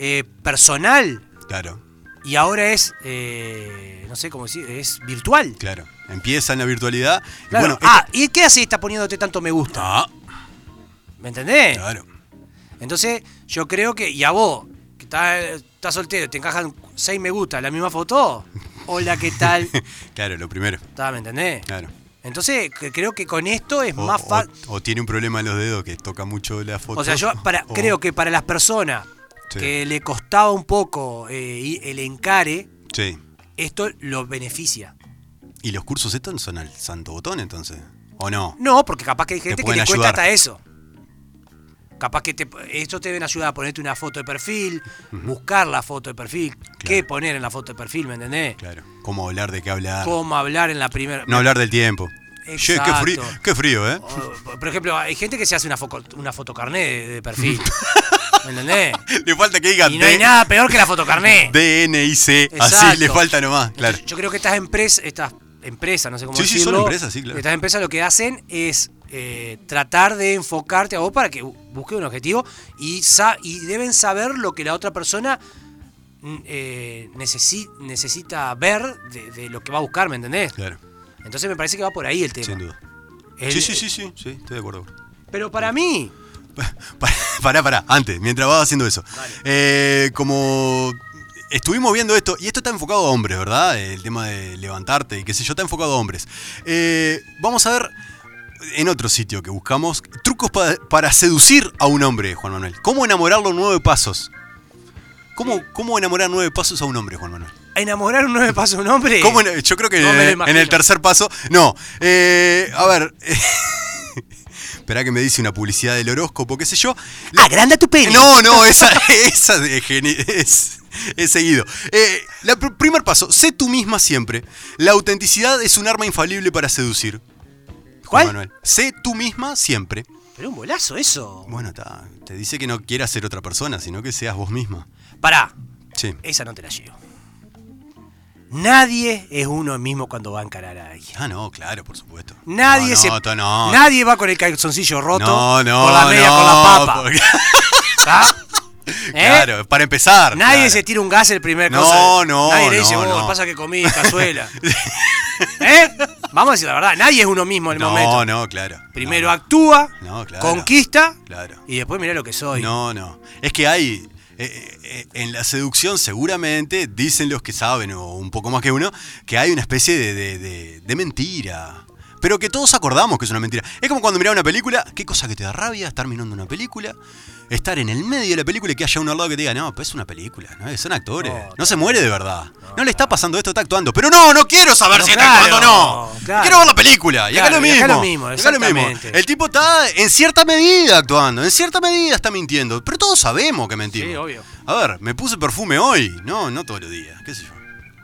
Speaker 3: eh, personal
Speaker 4: Claro,
Speaker 3: y ahora es, eh, no sé cómo decir, es virtual.
Speaker 4: claro. Empieza en la virtualidad. y
Speaker 3: Claro.
Speaker 4: bueno,
Speaker 3: ah, ¿y qué hace está poniéndote tanto me gusta?
Speaker 4: Ah,
Speaker 3: ¿Me entendés?
Speaker 4: claro.
Speaker 3: Entonces, yo creo que, y a vos, que estás, estás soltero, te encajan seis me gusta en la misma foto. Hola, ¿qué tal?
Speaker 4: Claro, lo primero.
Speaker 3: Está, ¿Me entendés?
Speaker 4: Claro.
Speaker 3: Entonces, que- creo que con esto es
Speaker 4: O,
Speaker 3: más
Speaker 4: o-
Speaker 3: fácil.
Speaker 4: o tiene un problema en los dedos que toca mucho la foto.
Speaker 3: O sea, yo para,
Speaker 4: o-
Speaker 3: creo que para las personas
Speaker 4: Sí.
Speaker 3: que le costaba un poco eh, y- el encare,
Speaker 4: Sí.
Speaker 3: esto lo beneficia.
Speaker 4: ¿Y los cursos estos son al santo botón entonces? ¿O no?
Speaker 3: No, porque capaz que hay gente que
Speaker 4: pueden
Speaker 3: le cuesta
Speaker 4: ayudar.
Speaker 3: hasta eso. Capaz que te, esto te deben ayudar a ponerte una foto de perfil, buscar la foto de perfil, qué poner en la foto de perfil, ¿me entendés?
Speaker 4: Claro. ¿Cómo hablar de qué hablar?
Speaker 3: Cómo hablar en la primera...
Speaker 4: No hablar del tiempo. Che, qué
Speaker 3: Exacto.
Speaker 4: frío, qué frío, ¿eh?
Speaker 3: O, Por ejemplo, hay gente que se hace una, foco- una fotocarné de, de perfil, ¿me entendés?
Speaker 4: Le falta que digan
Speaker 3: Y no hay nada peor que la fotocarné.
Speaker 4: DNIC, así
Speaker 3: Exacto.
Speaker 4: le falta nomás, claro.
Speaker 3: Entonces, yo creo que estas empresas, estas empresas, no sé cómo
Speaker 4: Sí, sí, son
Speaker 3: decirlo,
Speaker 4: empresas, sí, claro.
Speaker 3: Estas empresas lo que hacen es eh, tratar de enfocarte a vos para que bu- busques un objetivo y, sa- y deben saber lo que la otra persona mm, eh, necesi- necesita ver de, de lo que va a buscar, ¿me entendés?
Speaker 4: Claro,
Speaker 3: Entonces me parece que va por ahí el tema.
Speaker 4: sin duda.
Speaker 3: El-
Speaker 4: sí, sí, sí, sí, sí, estoy de acuerdo.
Speaker 3: Pero para mí,
Speaker 4: Pará, pará, pará, antes, mientras vas haciendo eso. Eh, como estuvimos viendo esto, y esto está enfocado a hombres, ¿verdad? El tema de levantarte y qué sé yo, está enfocado a hombres. Eh, vamos a ver en otro sitio que buscamos trucos pa- para seducir a un hombre, Juan Manuel. ¿Cómo enamorarlo en nueve pasos?
Speaker 3: Eh.
Speaker 4: ¿Cómo, ¿Cómo enamorar nueve pasos a un hombre, Juan Manuel?
Speaker 3: enamorar un nueve pasos a un hombre.
Speaker 4: ¿Cómo en- yo creo que
Speaker 3: Eh. No me lo
Speaker 4: en,
Speaker 3: imagino.
Speaker 4: el tercer paso. No. eh, a ver. Esperá que me dice una publicidad del horóscopo, qué sé yo. La-
Speaker 3: Agranda tu pene.
Speaker 4: no, no, esa, esa de geni- es, es seguido. Eh, la pr- primer paso, sé tú misma siempre. La autenticidad es un arma infalible para seducir. Juan
Speaker 3: ¿Cuál?
Speaker 4: Manuel, sé tú misma siempre.
Speaker 3: Pero un bolazo eso.
Speaker 4: Bueno, ta, te dice que no quieras ser otra persona, sino que seas vos misma.
Speaker 3: Pará,
Speaker 4: Sí.
Speaker 3: Esa no te la llevo. Nadie es uno mismo cuando va a encarar a alguien.
Speaker 4: Ah, no, claro, por supuesto.
Speaker 3: Nadie
Speaker 4: no,
Speaker 3: se.
Speaker 4: No, ta, no.
Speaker 3: Nadie va con el calzoncillo roto.
Speaker 4: no, no,
Speaker 3: con la media,
Speaker 4: no,
Speaker 3: con la papa.
Speaker 4: porque-
Speaker 3: ¿tá? ¿Eh?
Speaker 4: Claro, para empezar.
Speaker 3: Nadie
Speaker 4: claro.
Speaker 3: se tira un gas el primer
Speaker 4: No,
Speaker 3: cosa.
Speaker 4: no,
Speaker 3: Nadie le
Speaker 4: no,
Speaker 3: dice, "Oh,
Speaker 4: no.
Speaker 3: pasa que comí cazuela. ¿Eh? Vamos a decir la verdad, nadie es uno mismo en el
Speaker 4: No,
Speaker 3: momento.
Speaker 4: no, claro.
Speaker 3: Primero
Speaker 4: No,
Speaker 3: actúa,
Speaker 4: No, claro.
Speaker 3: conquista
Speaker 4: Claro.
Speaker 3: y después mirá lo que soy.
Speaker 4: No, no. Es que hay. eh, eh, en la seducción, seguramente, dicen los que saben, o un poco más que uno, que hay una especie de, de- de- de mentira. Pero que todos acordamos que es una mentira. Es como cuando mirás una película, qué cosa que te da rabia estar mirando una película, estar en el medio de la película y que haya uno al lado que te diga, no, pues es una película, ¿no? son actores, no, se muere de verdad. No, le está pasando esto, está actuando. Pero no, no quiero saber
Speaker 3: No,
Speaker 4: si
Speaker 3: claro,
Speaker 4: está actuando o no.
Speaker 3: claro.
Speaker 4: Quiero ver la película. Y acá
Speaker 3: Claro,
Speaker 4: lo
Speaker 3: y
Speaker 4: mismo.
Speaker 3: acá lo mismo,
Speaker 4: y acá lo mismo.
Speaker 3: exactamente.
Speaker 4: El tipo está en cierta medida actuando, en cierta medida está mintiendo, pero todos sabemos que mentimos.
Speaker 3: Sí, obvio.
Speaker 4: A ver, me puse perfume hoy, no, no todos los días, qué sé yo.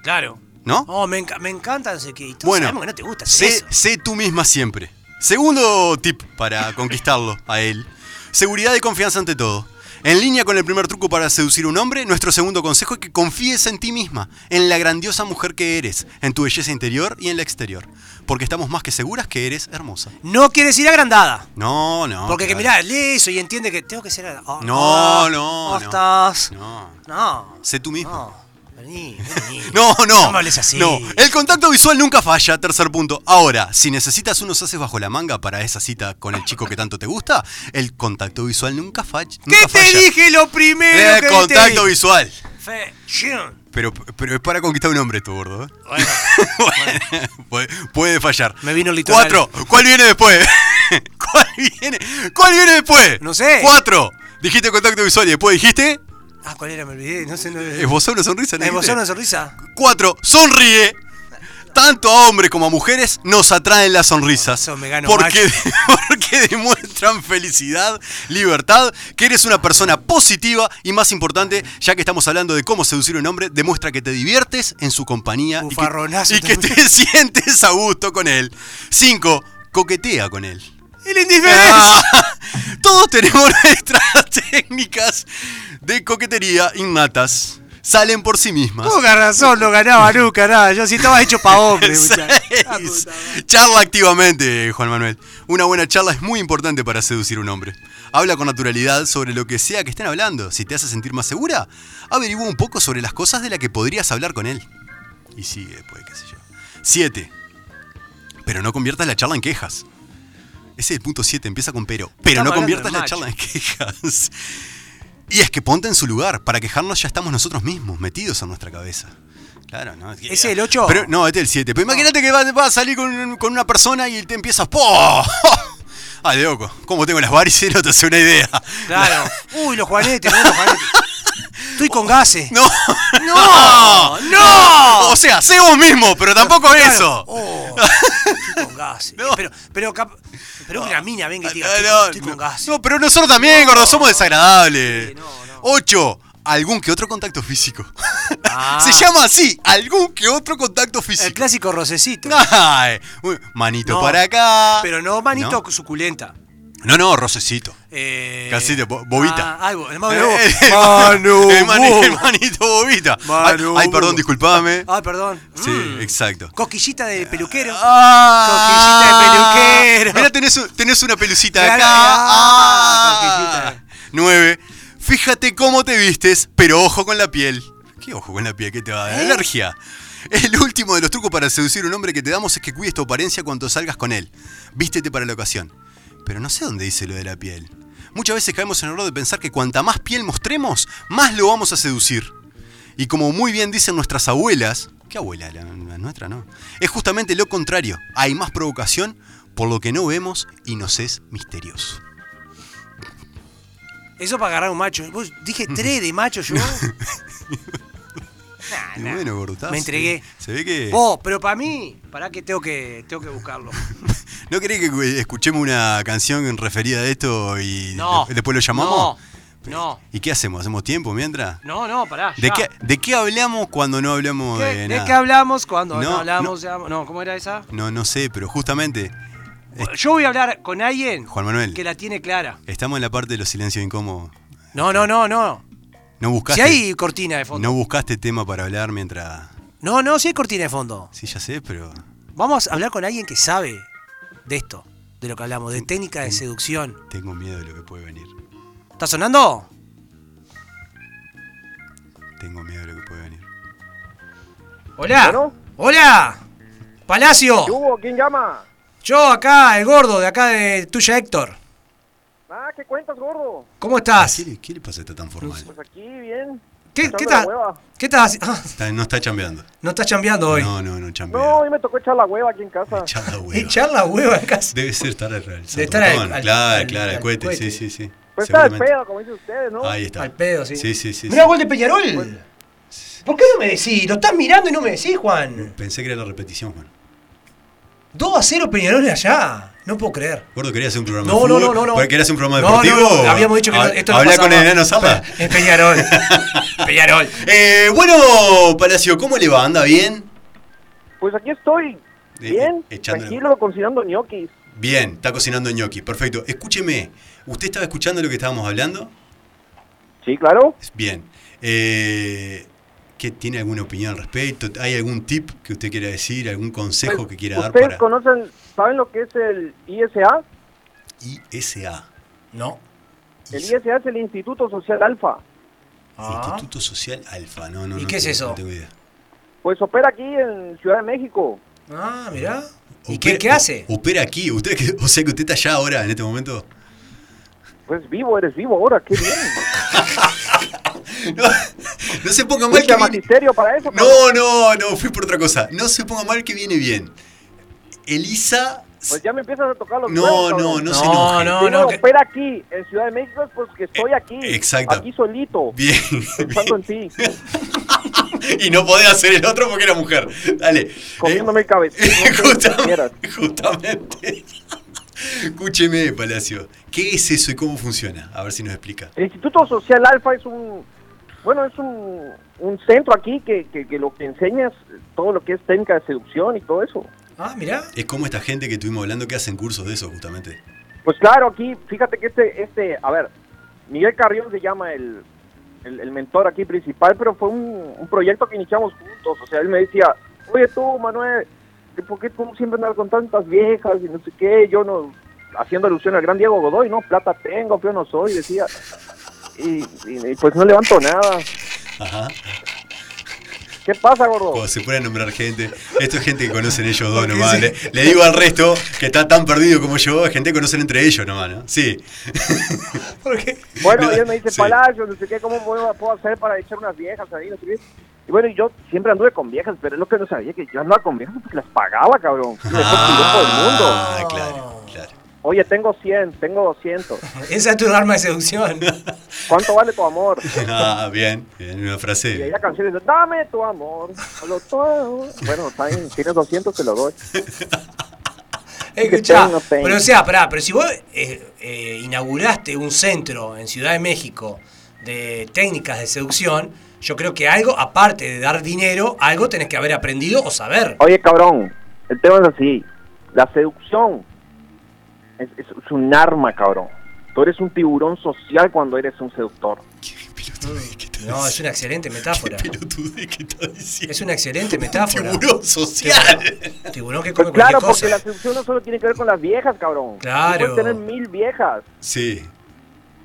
Speaker 3: Claro.
Speaker 4: ¿No?
Speaker 3: Oh, me, enca- me encanta, no sé qué. Y todos
Speaker 4: Bueno,
Speaker 3: sabemos que no te gusta hacer
Speaker 4: sé,
Speaker 3: eso.
Speaker 4: sé tú misma siempre. Segundo tip para conquistarlo a él. Seguridad y confianza ante todo. En línea con el primer truco para seducir a un hombre, nuestro segundo consejo es que confíes en ti misma, en la grandiosa mujer que eres, en tu belleza interior y en la exterior, porque estamos más que seguras que eres hermosa.
Speaker 3: No quiere decir agrandada.
Speaker 4: No, no.
Speaker 3: Porque que
Speaker 4: claro.
Speaker 3: mirá, lee eso y entiende que tengo que ser. oh,
Speaker 4: No,
Speaker 3: oh,
Speaker 4: no,
Speaker 3: oh,
Speaker 4: no.
Speaker 3: estás.
Speaker 4: No.
Speaker 3: No.
Speaker 4: Sé tú mismo.
Speaker 3: No. Vení, vení.
Speaker 4: No, no.
Speaker 3: No me hables así.
Speaker 4: No, el contacto visual nunca falla, tercer punto. Ahora, si necesitas unos haces bajo la manga para esa cita con el chico que tanto te gusta, el contacto visual nunca, fa-
Speaker 3: ¿Qué
Speaker 4: nunca
Speaker 3: te
Speaker 4: falla.
Speaker 3: dije lo primero?
Speaker 4: El
Speaker 3: que
Speaker 4: Eh, contacto
Speaker 3: te dije?
Speaker 4: visual.
Speaker 3: Fe- Shin.
Speaker 4: Pero, pero es para conquistar un hombre, tu gordo. ¿eh?
Speaker 3: Bueno,
Speaker 4: puede, puede fallar.
Speaker 3: Me vino el litoral.
Speaker 4: Cuatro. ¿Cuál viene después? ¿Cuál viene? ¿Cuál viene después?
Speaker 3: No sé.
Speaker 4: Cuatro. Dijiste contacto visual y después dijiste.
Speaker 3: Ah, ¿cuál era? Me olvidé. No sé. No,
Speaker 4: Esbozó una sonrisa. ¿no dijiste?
Speaker 3: ¿Emoción o sonrisa?
Speaker 4: Cuatro. Sonríe. tanto a hombres como a mujeres nos atraen las sonrisas.
Speaker 3: Eso me gano
Speaker 4: porque,
Speaker 3: macho.
Speaker 4: porque demuestran felicidad, libertad, que eres una persona positiva y más importante, ya que estamos hablando de cómo seducir a un hombre, demuestra que te diviertes en su compañía y
Speaker 3: Bufarronazo
Speaker 4: que, y que
Speaker 3: también.
Speaker 4: te sientes a gusto con él. 5. Coquetea con él.
Speaker 3: El indiferente.
Speaker 4: Ah, todos tenemos nuestras técnicas de coquetería innatas. Salen por sí mismas.
Speaker 3: Poca razón, no ganaba nunca nada. Yo sí estaba hecho para hombre, muchacho. Ah,
Speaker 4: Seis.
Speaker 3: puta.
Speaker 4: Charla activamente, Juan Manuel. Una buena charla es muy importante para seducir a un hombre. Habla con naturalidad sobre lo que sea que estén hablando. Si te hace sentir más segura, averigua un poco sobre las cosas de las que podrías hablar con él. Y sigue después, qué sé yo. 7. Pero no conviertas la charla en quejas. Ese es el punto 7, empieza con pero. Pero
Speaker 3: Estamos
Speaker 4: no
Speaker 3: hablando
Speaker 4: conviertas
Speaker 3: de
Speaker 4: la
Speaker 3: macho.
Speaker 4: charla en quejas. Y es que ponte en su lugar. Para quejarnos ya estamos nosotros mismos, metidos en nuestra cabeza. Claro, ¿no?
Speaker 3: ¿Ese el ocho?
Speaker 4: Pero- no, este es el 7. Pero
Speaker 3: Ah.
Speaker 4: imagínate que vas, vas a salir con, un- con una persona y te empiezas. ¡Po! ¡Ah, de loco! ¿Cómo tengo las varices? No te hace una idea.
Speaker 3: Claro. Uy, los juanetes, no, los juanetes. Estoy con gases.
Speaker 4: ¡No!
Speaker 3: ¡No! ¡No!
Speaker 4: O sea, sé vos mismo, pero tampoco
Speaker 3: Claro.
Speaker 4: eso.
Speaker 3: Oh, estoy con gases. Eh,
Speaker 4: No.
Speaker 3: Pero, pero, cap- pero una mina, venga y diga,
Speaker 4: No,
Speaker 3: estoy,
Speaker 4: no,
Speaker 3: estoy con
Speaker 4: no.
Speaker 3: gases.
Speaker 4: No, pero nosotros también, gordo, somos desagradables.
Speaker 3: Oh. Sí, no, no.
Speaker 4: 8. Algún que otro contacto físico.
Speaker 3: Ah.
Speaker 4: Se llama así, algún que otro contacto físico.
Speaker 3: El clásico rocecito.
Speaker 4: Ay, uy, manito
Speaker 3: No,
Speaker 4: para acá.
Speaker 3: Pero no manito
Speaker 4: No,
Speaker 3: suculenta.
Speaker 4: no, no, rocecito.
Speaker 3: Eh,
Speaker 4: Casi te- bo- bobita.
Speaker 3: Ah, ay, bo-
Speaker 4: Eh,
Speaker 3: mano,
Speaker 4: el- el-
Speaker 3: mano,
Speaker 4: el mani-
Speaker 3: boba.
Speaker 4: el manito bobita. Ay,
Speaker 3: Mano,
Speaker 4: ay, perdón,
Speaker 3: boba.
Speaker 4: disculpame.
Speaker 3: Ay, perdón.
Speaker 4: Sí,
Speaker 3: Ah, Mm.
Speaker 4: exacto.
Speaker 3: Cosquillita de peluquero.
Speaker 4: Ah,
Speaker 3: Cosquillita de peluquero.
Speaker 4: Mirá, tenés, un- tenés una pelucita
Speaker 3: Claro, eh,
Speaker 4: acá.
Speaker 3: ah, cosquillita.
Speaker 4: 9. Fíjate cómo te vistes, pero ojo con la piel. ¿Qué ojo con la piel? ¿Qué te va a dar?
Speaker 3: ¿Eh?
Speaker 4: Alergia. El último de los trucos para seducir a un hombre que te damos es que cuides tu apariencia cuando salgas con él. Vístete para la ocasión. Pero no sé dónde dice lo de la piel. Muchas veces caemos en el error de pensar que cuanta más piel mostremos, más lo vamos a seducir. Y como muy bien dicen nuestras abuelas, ¿qué abuela? La, la nuestra no. Es justamente lo contrario. Hay más provocación por lo que no vemos y nos es misterioso.
Speaker 3: Eso para agarrar un macho. Vos dije tres de macho yo. Nah,
Speaker 4: Y
Speaker 3: nah.
Speaker 4: bueno, gordo, está,
Speaker 3: Ah, Me
Speaker 4: se ve-
Speaker 3: entregué.
Speaker 4: Se ve que.
Speaker 3: Vos, pero para mí, para que tengo que tengo que buscarlo.
Speaker 4: ¿No querés que eh, escuchemos una canción referida a esto y
Speaker 3: No.
Speaker 4: de- después lo llamamos?
Speaker 3: No.
Speaker 4: ¿Y qué hacemos? ¿Hacemos tiempo mientras?
Speaker 3: No, no, no pará.
Speaker 4: ¿De
Speaker 3: ya.
Speaker 4: qué, ¿De qué hablamos cuando no hablamos
Speaker 3: ¿Qué-
Speaker 4: de
Speaker 3: ¿De
Speaker 4: nada?
Speaker 3: qué hablamos cuando no,
Speaker 4: No,
Speaker 3: hablamos? No. no, ¿cómo era esa?
Speaker 4: no, no sé, pero justamente
Speaker 3: Yo voy a hablar con alguien
Speaker 4: Juan Manuel.
Speaker 3: que la tiene clara.
Speaker 4: estamos en la parte de los silencios incómodos.
Speaker 3: No, no, no, no.
Speaker 4: ¿No
Speaker 3: Si
Speaker 4: buscaste,
Speaker 3: hay cortina de fondo.
Speaker 4: no buscaste tema para hablar mientras...?
Speaker 3: No, no, si hay cortina de fondo.
Speaker 4: Sí, ya sé, pero...
Speaker 3: Vamos a hablar con alguien que sabe de esto, de lo que hablamos, de técnica de seducción.
Speaker 4: Tengo miedo de lo que puede venir.
Speaker 3: ¿Está sonando?
Speaker 4: Tengo miedo de lo que puede venir.
Speaker 3: Hola.
Speaker 5: Bueno.
Speaker 3: Hola. Palacio.
Speaker 5: ¿Qué hubo? ¿Quién llama?
Speaker 3: Yo acá, el gordo, de acá de tuya Héctor.
Speaker 5: Ah, ¿qué cuentas, gordo?
Speaker 3: ¿Cómo
Speaker 4: ¿Qué
Speaker 3: estás?
Speaker 4: le, qué le pasa a esta tan formal?
Speaker 5: Pues aquí, bien.
Speaker 3: ¿Qué,
Speaker 5: Echando
Speaker 3: qué
Speaker 5: la
Speaker 3: estás?
Speaker 5: hueva.
Speaker 3: ¿Qué estás? haci- Ah,
Speaker 4: Está- no está chambeando.
Speaker 3: no estás chambeando hoy.
Speaker 4: No, no, no chambea.
Speaker 5: No, hoy me tocó echar la hueva aquí en casa.
Speaker 4: Echá la hueva.
Speaker 3: Echar la hueva en casa.
Speaker 4: Debe ser estar al al
Speaker 3: estar al-
Speaker 4: Santo
Speaker 3: al-
Speaker 4: Claro,
Speaker 3: al-
Speaker 4: claro,
Speaker 3: al
Speaker 4: al cohete, sí,
Speaker 3: cohete.
Speaker 4: sí, sí.
Speaker 5: Pues está el
Speaker 4: Seguramente.
Speaker 5: pedo, como dicen ustedes, ¿no?
Speaker 4: Ahí está.
Speaker 3: Al pedo, sí.
Speaker 4: Sí, sí, sí.
Speaker 3: Mirá
Speaker 4: sí.
Speaker 3: gol de Peñarol. ¿Por qué no me decís? Lo estás mirando y no me decís, Juan.
Speaker 4: Pensé que era la repetición, Juan.
Speaker 3: 2 a 0 Peñarol de allá. No puedo creer.
Speaker 4: Gordo, ¿querías hacer un programa
Speaker 3: No,
Speaker 4: de
Speaker 3: no,
Speaker 4: fútbol?
Speaker 3: no, no, no.
Speaker 4: ¿Querías hacer un programa
Speaker 3: No, no,
Speaker 4: deportivo?
Speaker 3: no, habíamos dicho que no-
Speaker 4: Hab-
Speaker 3: esto no
Speaker 4: Habla
Speaker 3: pasaba.
Speaker 4: con el enano Sala.
Speaker 3: Es Peñarol. Peñarol.
Speaker 4: Eh, bueno, Palacio, ¿cómo le va? ¿Anda bien?
Speaker 5: Pues aquí estoy.
Speaker 4: Eh,
Speaker 5: Bien,
Speaker 4: eh, echándole-
Speaker 5: tranquilo, considerando ñoquis.
Speaker 4: Bien, está cocinando ñoqui, perfecto. Escúcheme, ¿usted estaba escuchando lo que estábamos hablando?
Speaker 5: Sí, claro.
Speaker 4: Bien. Eh, ¿qué, ¿Tiene alguna opinión al respecto? ¿Hay algún tip que usted quiera decir? ¿Algún consejo
Speaker 5: Pues,
Speaker 4: que quiera dar
Speaker 5: ¿Ustedes
Speaker 4: para
Speaker 5: conocen, saben lo que es el ISA?
Speaker 4: ISA?
Speaker 3: No.
Speaker 5: El ISA es el Instituto Social Alfa.
Speaker 3: Ah.
Speaker 4: Instituto Social Alfa, no, no.
Speaker 3: ¿Y
Speaker 4: no
Speaker 3: qué es
Speaker 4: tengo-
Speaker 3: eso?
Speaker 4: no tengo idea.
Speaker 5: Pues opera aquí en Ciudad de México.
Speaker 3: Ah, mirá. ¿Y
Speaker 4: Opera-
Speaker 3: qué, qué hace?
Speaker 4: Opera aquí. Usted, que- o sea que usted está allá ahora, en este momento.
Speaker 5: Pues vivo, eres vivo ahora, qué bien.
Speaker 4: No, no se ponga mal
Speaker 5: ¿Fuiste
Speaker 4: que viene.
Speaker 5: a Pues magisterio para eso? cabrón?
Speaker 4: No, no, no, fui por otra cosa. No se ponga mal que viene bien. Elisa.
Speaker 5: Pues ya me empiezas a tocar los
Speaker 4: No,
Speaker 5: huevos,
Speaker 4: no,
Speaker 5: cabrón.
Speaker 4: no se enoje.
Speaker 3: no,
Speaker 5: Digo,
Speaker 3: no. que- Eh,
Speaker 5: opera aquí en Ciudad de México es porque estoy aquí.
Speaker 4: exacto.
Speaker 5: Aquí solito.
Speaker 4: Bien.
Speaker 5: Pensando en ti.
Speaker 4: y no podía hacer el otro porque era mujer. Dale.
Speaker 5: Comiéndome el cabecito, lo que quieras.
Speaker 4: justamente. justamente. Escúcheme, Palacio. ¿Qué es eso y cómo funciona? A ver si nos explica.
Speaker 5: El Instituto Social Alfa es un, bueno, es un, un centro aquí que, que, que lo que enseña es todo lo que es técnica de seducción y todo eso.
Speaker 3: Ah, mirá.
Speaker 4: Es como esta gente que estuvimos hablando que hacen cursos de eso, justamente.
Speaker 5: Pues claro, aquí, fíjate que este, este, a ver, Miguel Carrión se llama el, el, el mentor aquí principal, pero fue un, un proyecto que iniciamos juntos. O sea, él me decía, oye tú, Manuel, ¿qué- ¿por qué tú siempre andas con tantas viejas y no sé qué? Yo no, haciendo alusión al gran Diego Godoy, ¿no? Plata tengo, pero no soy, decía. Y, y- y pues no levanto nada.
Speaker 4: Ajá.
Speaker 5: ¿Qué pasa, gordo?
Speaker 4: Cuando se pone a nombrar gente. Esto es gente que conocen ellos dos nomás. Le, le digo al resto que está tan perdido como yo, es gente que conocen entre ellos nomás, ¿no? Sí.
Speaker 3: Porque
Speaker 5: Bueno, ella me dice,
Speaker 4: Sí.
Speaker 5: Palacio, no sé qué, ¿cómo puedo, puedo hacer para echar unas viejas ahí? No sé qué. Y bueno, y yo siempre anduve con viejas, pero es lo que no sabía, que yo andaba con viejas porque las pagaba, cabrón. Y después piloto del mundo.
Speaker 4: Ah, claro, claro.
Speaker 5: Oye, tengo 100, tengo 200.
Speaker 3: esa es tu arma de seducción.
Speaker 5: ¿Cuánto vale tu amor?
Speaker 4: Ah, bien, bien, una
Speaker 5: Y
Speaker 4: frase.
Speaker 5: ella canciones, de, dame tu amor, lo todo. Bueno, está bien, tienes 200, te lo doy.
Speaker 3: Escuchá,
Speaker 5: tengo, tengo.
Speaker 3: pero o sea, pará, pero si vos eh, eh, inauguraste un centro en Ciudad de México de técnicas de seducción, yo creo que algo, aparte de dar dinero, algo tenés que haber aprendido o saber.
Speaker 5: Oye, cabrón, el tema es así. La seducción es, es- es un arma, cabrón. Tú eres un tiburón social cuando eres un seductor.
Speaker 4: Pelotudez que está
Speaker 3: No, es
Speaker 4: diciendo.
Speaker 3: una excelente metáfora.
Speaker 4: Pelotudez que está diciendo.
Speaker 3: Es una excelente metáfora.
Speaker 4: Tiburón social.
Speaker 3: Tiburón que
Speaker 5: Pues
Speaker 3: come
Speaker 5: claro,
Speaker 3: cualquier cosa.
Speaker 5: porque la seducción no solo tiene que ver con las viejas, cabrón.
Speaker 3: Claro.
Speaker 5: Tú Puedes tener mil viejas.
Speaker 4: Sí,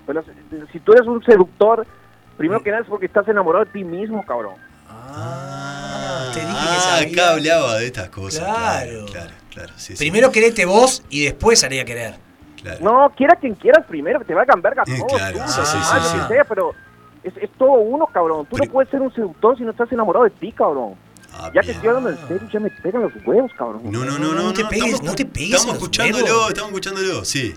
Speaker 5: Pero si- si tú eres un seductor,
Speaker 4: Mm.
Speaker 5: primero que nada es porque estás enamorado de ti mismo, cabrón.
Speaker 3: Ah, te dije que
Speaker 4: Ah,
Speaker 3: sabía.
Speaker 4: acá hablaba de estas cosas.
Speaker 3: Claro.
Speaker 4: Claro, claro, claro. sí, sí,
Speaker 3: Primero querete vos y después salí a querer.
Speaker 4: claro.
Speaker 5: No, quiera quien quieras primero, que te valgan verga
Speaker 4: Eh,
Speaker 5: todos.
Speaker 4: claro,
Speaker 5: tú,
Speaker 4: sí, sí,
Speaker 5: ah,
Speaker 4: sí,
Speaker 5: lo
Speaker 4: sí.
Speaker 5: que sea, pero es, es todo uno, cabrón. Tú
Speaker 4: Pero-
Speaker 5: no puedes ser un seductor si no estás enamorado de ti, cabrón.
Speaker 4: Ah,
Speaker 5: Ya te
Speaker 4: bien.
Speaker 5: estoy hablando en serio, ya me pegan los huevos, cabrón.
Speaker 4: No, no, no,
Speaker 3: No,
Speaker 4: no.
Speaker 3: no te pegues,
Speaker 4: estamos-
Speaker 3: no te pegues en
Speaker 4: Estamos
Speaker 3: los
Speaker 4: escuchándolo,
Speaker 3: huevos.
Speaker 4: estamos escuchándolo, sí.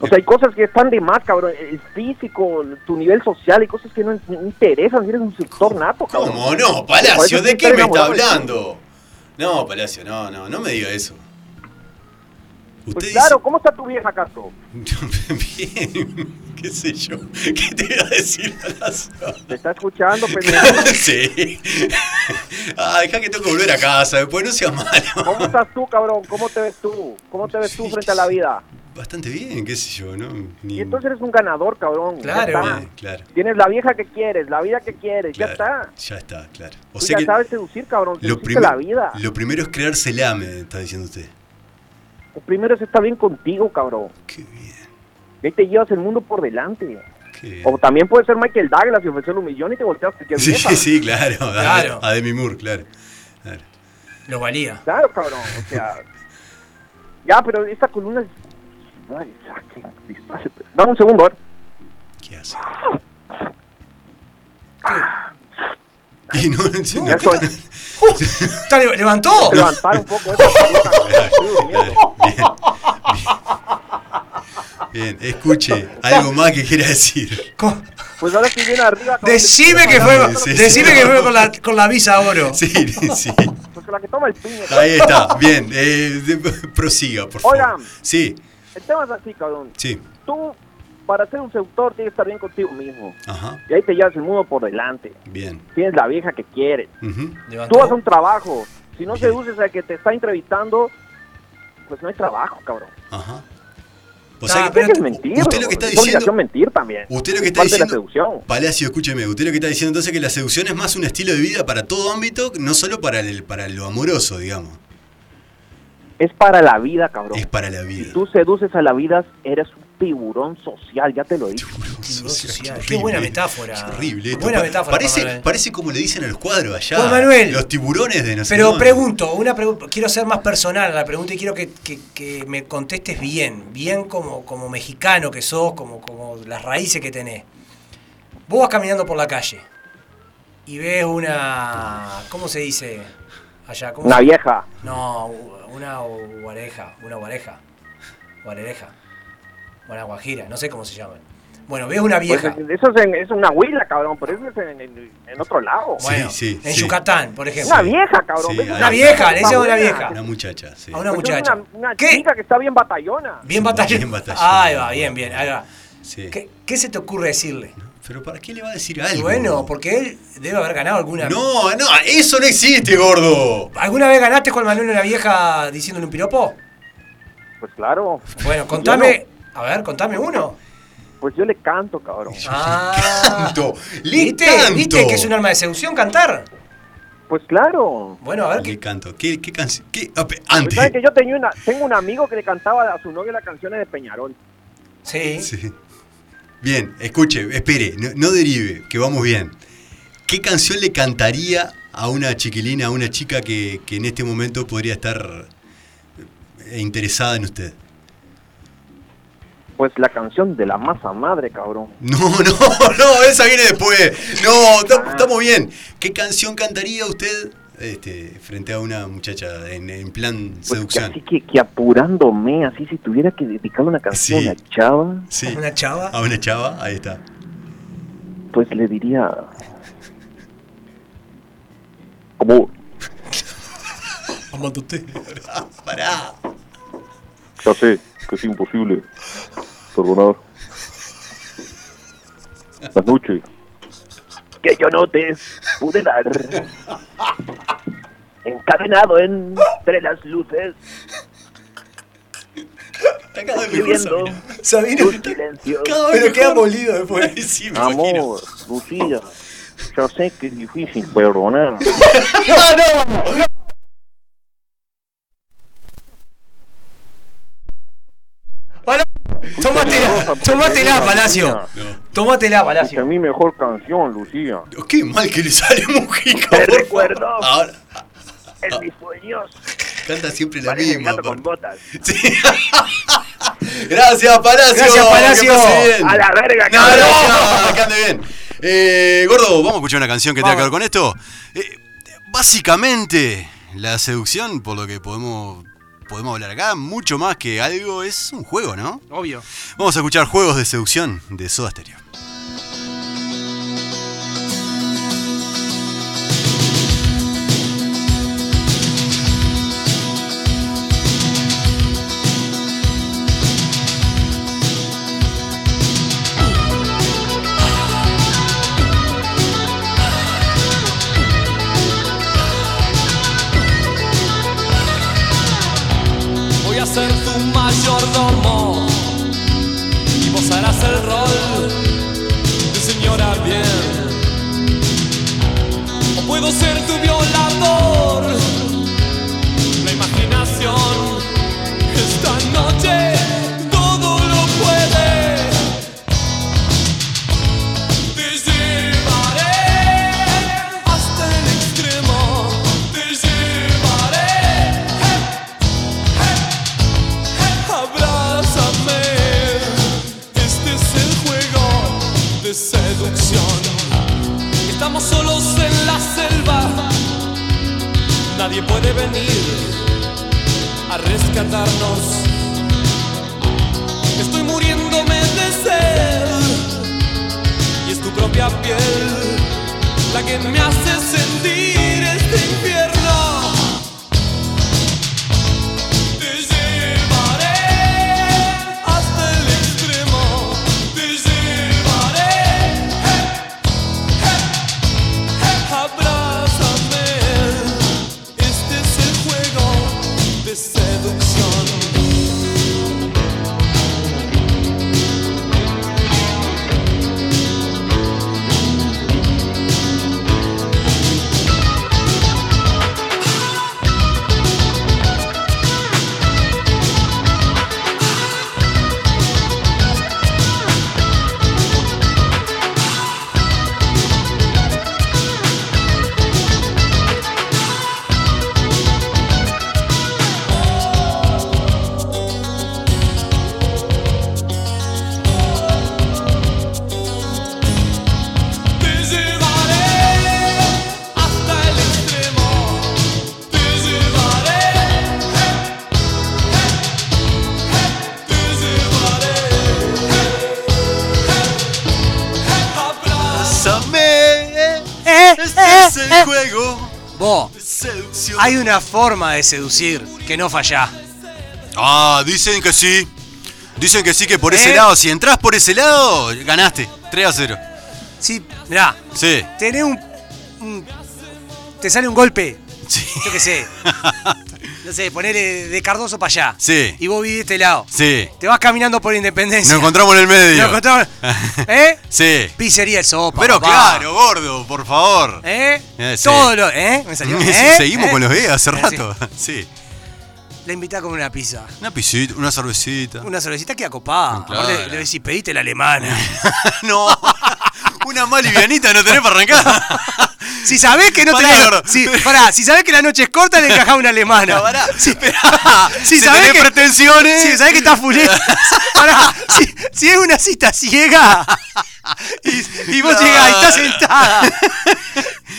Speaker 5: O sea, hay cosas que están de más, cabrón. El físico, tu nivel social, hay cosas que no in- interesan si eres un seductor nato, cabrón.
Speaker 4: ¿Cómo no,
Speaker 5: Por eso
Speaker 4: Palacio? ¿De
Speaker 5: estoy
Speaker 4: qué me está
Speaker 5: enamorado de ti.
Speaker 4: hablando? No, Palacio, no, no, no me diga eso. Usted
Speaker 5: Pues claro, ¿cómo está tu vieja, Castro?
Speaker 4: dice. Bien, qué sé yo. ¿Qué te iba a decir, Palacio?
Speaker 5: Te está escuchando, pendejo.
Speaker 4: sí. Ah, deja que tengo que volver a casa, después no seas malo.
Speaker 5: ¿Cómo estás tú, cabrón? ¿Cómo te ves tú? ¿Cómo te ves tú frente a la vida?
Speaker 4: Bastante bien, qué sé yo, ¿no? Ni-
Speaker 5: Y entonces eres un ganador, cabrón. Ya
Speaker 3: Claro.
Speaker 5: está.
Speaker 4: Eh, claro,
Speaker 5: Tienes la vieja que quieres, la vida que quieres,
Speaker 4: claro.
Speaker 5: ya está.
Speaker 4: Ya está, claro. O
Speaker 5: Tú
Speaker 4: sea
Speaker 5: ya
Speaker 4: que
Speaker 5: sabes seducir, cabrón.
Speaker 4: lo,
Speaker 5: Seduciste la
Speaker 4: primer-
Speaker 5: vida.
Speaker 4: lo primero es creársela, me está diciendo usted.
Speaker 5: Lo primero es estar bien contigo, cabrón.
Speaker 4: Qué bien,
Speaker 5: Y ahí te llevas el mundo por delante.
Speaker 4: qué bien.
Speaker 5: O también puede ser Michael Douglas y ofrecer un millón y te volteas porque es
Speaker 4: Sí,
Speaker 5: vieja.
Speaker 4: sí, claro. a-
Speaker 3: Claro.
Speaker 4: A, Demi Moore, claro. Claro.
Speaker 3: Lo valía.
Speaker 5: Claro, cabrón. O sea. ya, pero esta columna es. Ay, saque, dispare. Dame un segundo, a ver.
Speaker 4: ¿Qué hace? Y no, no,
Speaker 5: Ya estoy.
Speaker 3: Está, le- ¿Levantó?
Speaker 5: Levantar un poco eh, esta columna, cabrón. Estoy durmiendo.
Speaker 4: Claro, bien, bien. escuche, algo más que quiera decir.
Speaker 3: Co-
Speaker 5: Pues ahora estoy bien arriba. cabrón.
Speaker 3: Decime que
Speaker 4: Sí,
Speaker 3: fue,
Speaker 4: sí,
Speaker 3: decime
Speaker 4: sí.
Speaker 3: que fue con, la, con la visa oro.
Speaker 4: Sí, sí.
Speaker 5: Pues con la que toma el piño.
Speaker 4: Ahí está, bien. eh, de- prosiga, por favor.
Speaker 5: Oigan.
Speaker 4: Sí,
Speaker 5: El tema es así, cabrón.
Speaker 4: sí.
Speaker 5: Tú, para ser un seductor, tienes que estar bien contigo mismo.
Speaker 4: Ajá,
Speaker 5: Y ahí te llevas el mundo por delante.
Speaker 4: bien.
Speaker 5: Tienes la vieja que quieres.
Speaker 4: ujú,
Speaker 5: Tú
Speaker 3: Levantó.
Speaker 5: vas a un trabajo. Si no
Speaker 4: Bien.
Speaker 5: seduces al que te está entrevistando, pues no hay trabajo, cabrón.
Speaker 4: Ajá. O
Speaker 3: Está,
Speaker 4: sea que-
Speaker 3: pero
Speaker 5: Dejes
Speaker 3: tú-
Speaker 5: mentir.
Speaker 4: usted lo que
Speaker 5: bro.
Speaker 4: está
Speaker 5: Es
Speaker 4: diciendo-
Speaker 5: obligación mentir también.
Speaker 4: usted lo que
Speaker 5: Es
Speaker 4: está
Speaker 5: parte de la
Speaker 4: diciendo-
Speaker 5: seducción.
Speaker 4: Palacio, escúcheme, usted lo que está diciendo entonces es que la seducción es más un estilo de vida para todo ámbito, no solo para, el, para lo amoroso, digamos.
Speaker 5: Es para la vida, cabrón.
Speaker 4: Es para la
Speaker 5: Si
Speaker 4: vida.
Speaker 5: tú seduces a la vida, eres un tiburón social, ya te lo dije.
Speaker 3: Tiburón
Speaker 4: Social,
Speaker 3: social.
Speaker 4: qué
Speaker 3: Qué
Speaker 4: horrible. ¿eh?
Speaker 3: buena metáfora.
Speaker 4: Es horrible esto.
Speaker 3: Buena
Speaker 4: Pa-
Speaker 3: metáfora,
Speaker 4: Parece,
Speaker 3: Manuel.
Speaker 4: parece como le dicen a los cuadros allá.
Speaker 3: Juan Manuel.
Speaker 4: Los tiburones de no sé
Speaker 3: Pero
Speaker 4: dónde.
Speaker 3: pregunto, una pregunta, quiero ser más personal a la pregunta y quiero que, que- que me contestes bien, bien como, como mexicano que sos, como, como las raíces que tenés. Vos vas caminando por la calle y ves una, ¿cómo se dice allá? ¿Cómo
Speaker 5: Una
Speaker 3: se-
Speaker 5: vieja.
Speaker 3: No, una guareja, una guareja, guareja, una guajira, no sé cómo se llaman. Bueno, ves una
Speaker 5: Pues,
Speaker 3: vieja.
Speaker 5: eso es, en- es una huila, cabrón, pero eso es en, en- en otro lado.
Speaker 3: Bueno,
Speaker 4: sí,
Speaker 3: en
Speaker 4: sí.
Speaker 3: Yucatán, por ejemplo.
Speaker 5: Una vieja, cabrón.
Speaker 4: Sí,
Speaker 5: ves
Speaker 4: una
Speaker 3: vieja, le decían una
Speaker 5: huila.
Speaker 3: vieja.
Speaker 4: Una muchacha, sí.
Speaker 3: A una
Speaker 5: Pues es
Speaker 3: muchacha.
Speaker 5: Una, una
Speaker 3: ¿Qué?
Speaker 5: chica que está bien batallona.
Speaker 3: Bien batallón.
Speaker 4: Bien batallón.
Speaker 3: Ahí va, bien, bien. Ahí va.
Speaker 4: Sí.
Speaker 3: ¿Qué, qué se te ocurre decirle?
Speaker 4: Pero ¿para qué le va a decir algo?
Speaker 3: Bueno, porque él debe haber ganado alguna
Speaker 4: No, no, eso no existe, gordo.
Speaker 3: ¿Alguna vez ganaste Juan Manuel una vieja diciéndole un piropo?
Speaker 5: Pues claro.
Speaker 3: Bueno, contame. A ver, contame uno.
Speaker 5: Pues yo le canto, cabrón.
Speaker 3: Ah,
Speaker 4: Tanto. Le
Speaker 3: ¿Viste?
Speaker 4: canto.
Speaker 3: ¿Viste que es un arma de seducción cantar?
Speaker 5: Pues claro.
Speaker 3: Bueno, a ver,
Speaker 4: Le
Speaker 3: ¿qué,
Speaker 4: canto. ¿Qué, qué canción? ¿Qué? Ah, pe-
Speaker 5: Pues
Speaker 4: Antes.
Speaker 5: saben que yo tenía una, tengo un amigo que le cantaba a su novia las canciones de Peñarol.
Speaker 3: sí.
Speaker 4: Sí. Bien, escuche, espere, no, no derive, que vamos bien. ¿Qué canción le cantaría a una chiquilina, a una chica que, que en este momento podría estar eh, interesada en usted?
Speaker 5: Pues la canción de la masa madre, cabrón.
Speaker 4: No, no, no, esa viene después. No, tam- estamos bien. ¿Qué canción cantaría usted este, frente a una muchacha en, en plan
Speaker 5: Pues que
Speaker 4: seducción?
Speaker 5: así que, que apurándome, así si tuviera que dedicarle una canción
Speaker 4: Sí.
Speaker 5: a una chava,
Speaker 4: Sí,
Speaker 3: Una chava.
Speaker 4: a una chava, ahí está.
Speaker 5: pues le diría... Como
Speaker 4: Amándote. Pará.
Speaker 5: Ya sé que es imposible perdonar. Las noches. Que yo no te pude dar. Encadenado entre las luces,
Speaker 4: Está cada vez mejor,
Speaker 5: viviendo
Speaker 4: Sabina.
Speaker 3: Sabino.
Speaker 5: tus silencios.
Speaker 4: Cada vez
Speaker 3: Pero queda
Speaker 4: mejor.
Speaker 3: molido después.
Speaker 4: Sí, me imagino.
Speaker 5: Amor, Lucía, ya sé que es difícil perdonar.
Speaker 3: Tómatela, tómatela, Palacio. Tómatela,
Speaker 5: Dice
Speaker 3: Palacio.
Speaker 5: mi mejor canción, Lucía.
Speaker 4: No, Qué mal que le sale Mujica.
Speaker 5: Te
Speaker 4: por favor.
Speaker 5: recuerdo.
Speaker 4: Ahora
Speaker 5: En mis sueños,
Speaker 4: canta siempre Ah. la
Speaker 5: parece
Speaker 4: misma.
Speaker 5: gato con
Speaker 4: aparte.
Speaker 5: botas.
Speaker 4: Sí. Gracias, Palacio.
Speaker 3: Gracias, Palacio.
Speaker 4: Que pase bien.
Speaker 5: A la verga,
Speaker 4: No,
Speaker 5: cabrón.
Speaker 4: no, que ande bien. Eh, gordo, vamos a escuchar una canción que tenga que ver con esto. Eh, básicamente, la seducción, por lo que podemos, podemos hablar acá, mucho más que algo, es un juego, ¿no?
Speaker 3: Obvio.
Speaker 4: Vamos a escuchar juegos de seducción de Soda Stereo.
Speaker 6: Voy a ser tu mayordomo y vos harás el rol de señora bien. O puedo ser tu violador. La imaginación esta noche todo lo puede. Te llevaré hasta el extremo. Te llevaré. ¡Hey! Abrázame, este es el juego de seducción. Estamos solos en la selva, nadie puede venir a rescatarnos. Estoy muriéndome de sed y es tu propia piel la que me hace sentir este infierno. Te llevaré hasta el extremo, te llevaré, abrázame, este es el juego de seducción.
Speaker 4: Este es el
Speaker 3: eh.
Speaker 4: juego
Speaker 3: Vos,
Speaker 4: de seducción.
Speaker 3: hay una forma de seducir que no falla.
Speaker 4: Ah, dicen que sí. Dicen que sí, que por ese
Speaker 3: ¿Eh?
Speaker 4: lado, si entras por ese lado, ganaste. 3 a 0.
Speaker 3: Sí, mirá,
Speaker 4: Sí.
Speaker 3: tenés un, un- Te sale un golpe,
Speaker 4: Sí.
Speaker 3: yo qué sé. No sé, ponele de Cardoso para allá.
Speaker 4: Sí.
Speaker 3: Y vos vivís de este lado.
Speaker 4: Sí.
Speaker 3: Te vas caminando por Independencia.
Speaker 4: Nos encontramos en el medio.
Speaker 3: Nos encontramos- ¿Eh?
Speaker 4: Sí.
Speaker 3: Pizzería el sopa.
Speaker 4: Pero
Speaker 3: papá.
Speaker 4: claro, gordo, por favor.
Speaker 3: ¿Eh?
Speaker 4: Eh, sí.
Speaker 3: Todo lo. ¿Eh? Me salió.
Speaker 4: Sí,
Speaker 3: ¿eh?
Speaker 4: Seguimos
Speaker 3: ¿eh?
Speaker 4: con los E hace
Speaker 3: Eh, sí.
Speaker 4: rato. Sí.
Speaker 3: Le invité a comer una pizza.
Speaker 4: Una pisita, una cervecita.
Speaker 3: Una cervecita queda copada.
Speaker 4: Mm, Claro.
Speaker 3: Aparte, le decís, pediste la alemana.
Speaker 4: no. una más livianita no tenés para arrancar.
Speaker 3: si sabés que no
Speaker 4: Pará,
Speaker 3: tenés.
Speaker 4: gordo.
Speaker 3: Si, pará, si sabés que la noche es corta, le encajá una alemana.
Speaker 4: No, pará. ah,
Speaker 3: Si,
Speaker 4: Si
Speaker 3: si sabés
Speaker 4: tenés
Speaker 3: que.
Speaker 4: pretensiones.
Speaker 3: Si sabés que está fulero. Pará, si, si es una cita ciega. Y, y vos
Speaker 4: No.
Speaker 3: llegás y estás sentada.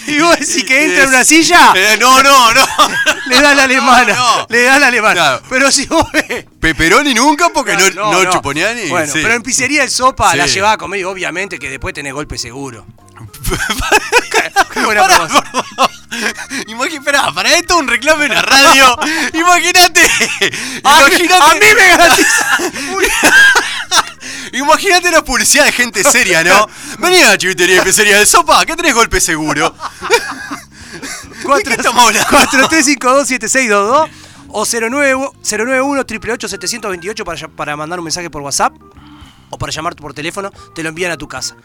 Speaker 3: Y vos decís que entra en una silla,
Speaker 4: Eh, no, no, no.
Speaker 3: le das la alemana.
Speaker 4: no.
Speaker 3: Le das la alemana.
Speaker 4: Claro.
Speaker 3: Pero si vos ves.
Speaker 4: Pepperoni nunca porque no,
Speaker 3: Claro,
Speaker 4: no, chuponía ni.
Speaker 3: Bueno,
Speaker 4: sí.
Speaker 3: pero en pizzería el sopa la
Speaker 4: Sí.
Speaker 3: llevaba a comer y obviamente que después tenés golpe seguro. Qué- Qué buena
Speaker 4: Pará,
Speaker 3: promoción.
Speaker 4: por favor. Imagi- pará, para esto un reclamo en la radio. Imagínate.
Speaker 3: A mí-
Speaker 4: Imagínate.
Speaker 3: Ah, A mí me garantiza.
Speaker 4: Imagínate la publicidad de gente seria, ¿no? Vení a la chivitería de pizzería de sopa, que tenés golpe seguro. ¿De qué estamos hablando?
Speaker 3: 43527622 o 09 091 888 728 para, ll- para mandar un mensaje por WhatsApp o para llamar por teléfono, te lo envían a tu casa.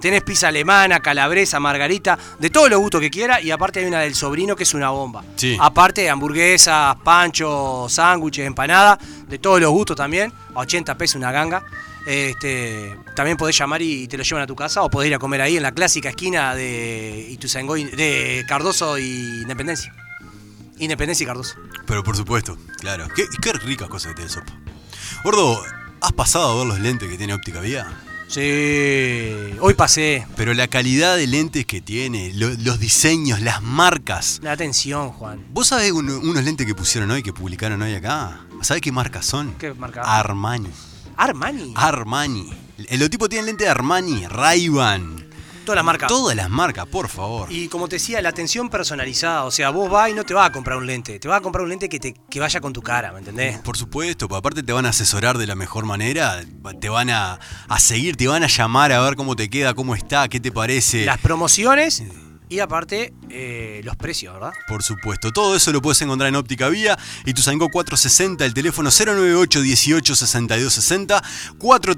Speaker 3: Tenés pizza alemana, calabresa, margarita, de todos los gustos que quiera y aparte hay una del sobrino que es una bomba.
Speaker 4: Sí.
Speaker 3: Aparte hamburguesas, panchos, sándwiches, empanadas, de todos los gustos también, a 80 pesos una ganga. Este, también podés llamar y te lo llevan a tu casa o podés ir a comer ahí en la clásica esquina de Ituzaingó y- de Cardoso y Independencia. Independencia y Cardoso.
Speaker 4: Pero por supuesto, claro. Qué, qué ricas cosas que tiene sopa. Gordo, ¿has pasado a ver los lentes que tiene óptica vía?
Speaker 3: Sí, hoy pasé.
Speaker 4: Pero la calidad de lentes que tiene, lo- los diseños, las marcas.
Speaker 3: La atención, Juan.
Speaker 4: ¿Vos sabés uno- unos lentes que pusieron hoy, que publicaron hoy acá? ¿Sabés qué marcas son?
Speaker 3: ¿Qué marca?
Speaker 4: Ah. Armani. Ah,
Speaker 3: Armani.
Speaker 4: Armani. El, los tipos tienen lente de Armani, Ray-Ban.
Speaker 3: Todas las marcas.
Speaker 4: Todas las marcas, por favor.
Speaker 3: Y como te decía, la atención personalizada. O sea, vos vas y no te vas a comprar un lente. Te vas a comprar un lente que, te, que vaya con tu cara, ¿me entendés?
Speaker 4: Por supuesto, pa- aparte te van a asesorar de la mejor manera, te van a, a seguir, te van a llamar a ver cómo te queda, cómo está, qué te parece.
Speaker 3: Las promociones y aparte eh, los precios, ¿verdad?
Speaker 4: Por supuesto, todo eso lo puedes encontrar en Óptica Vía y tu 460, el teléfono 098 18 62 60,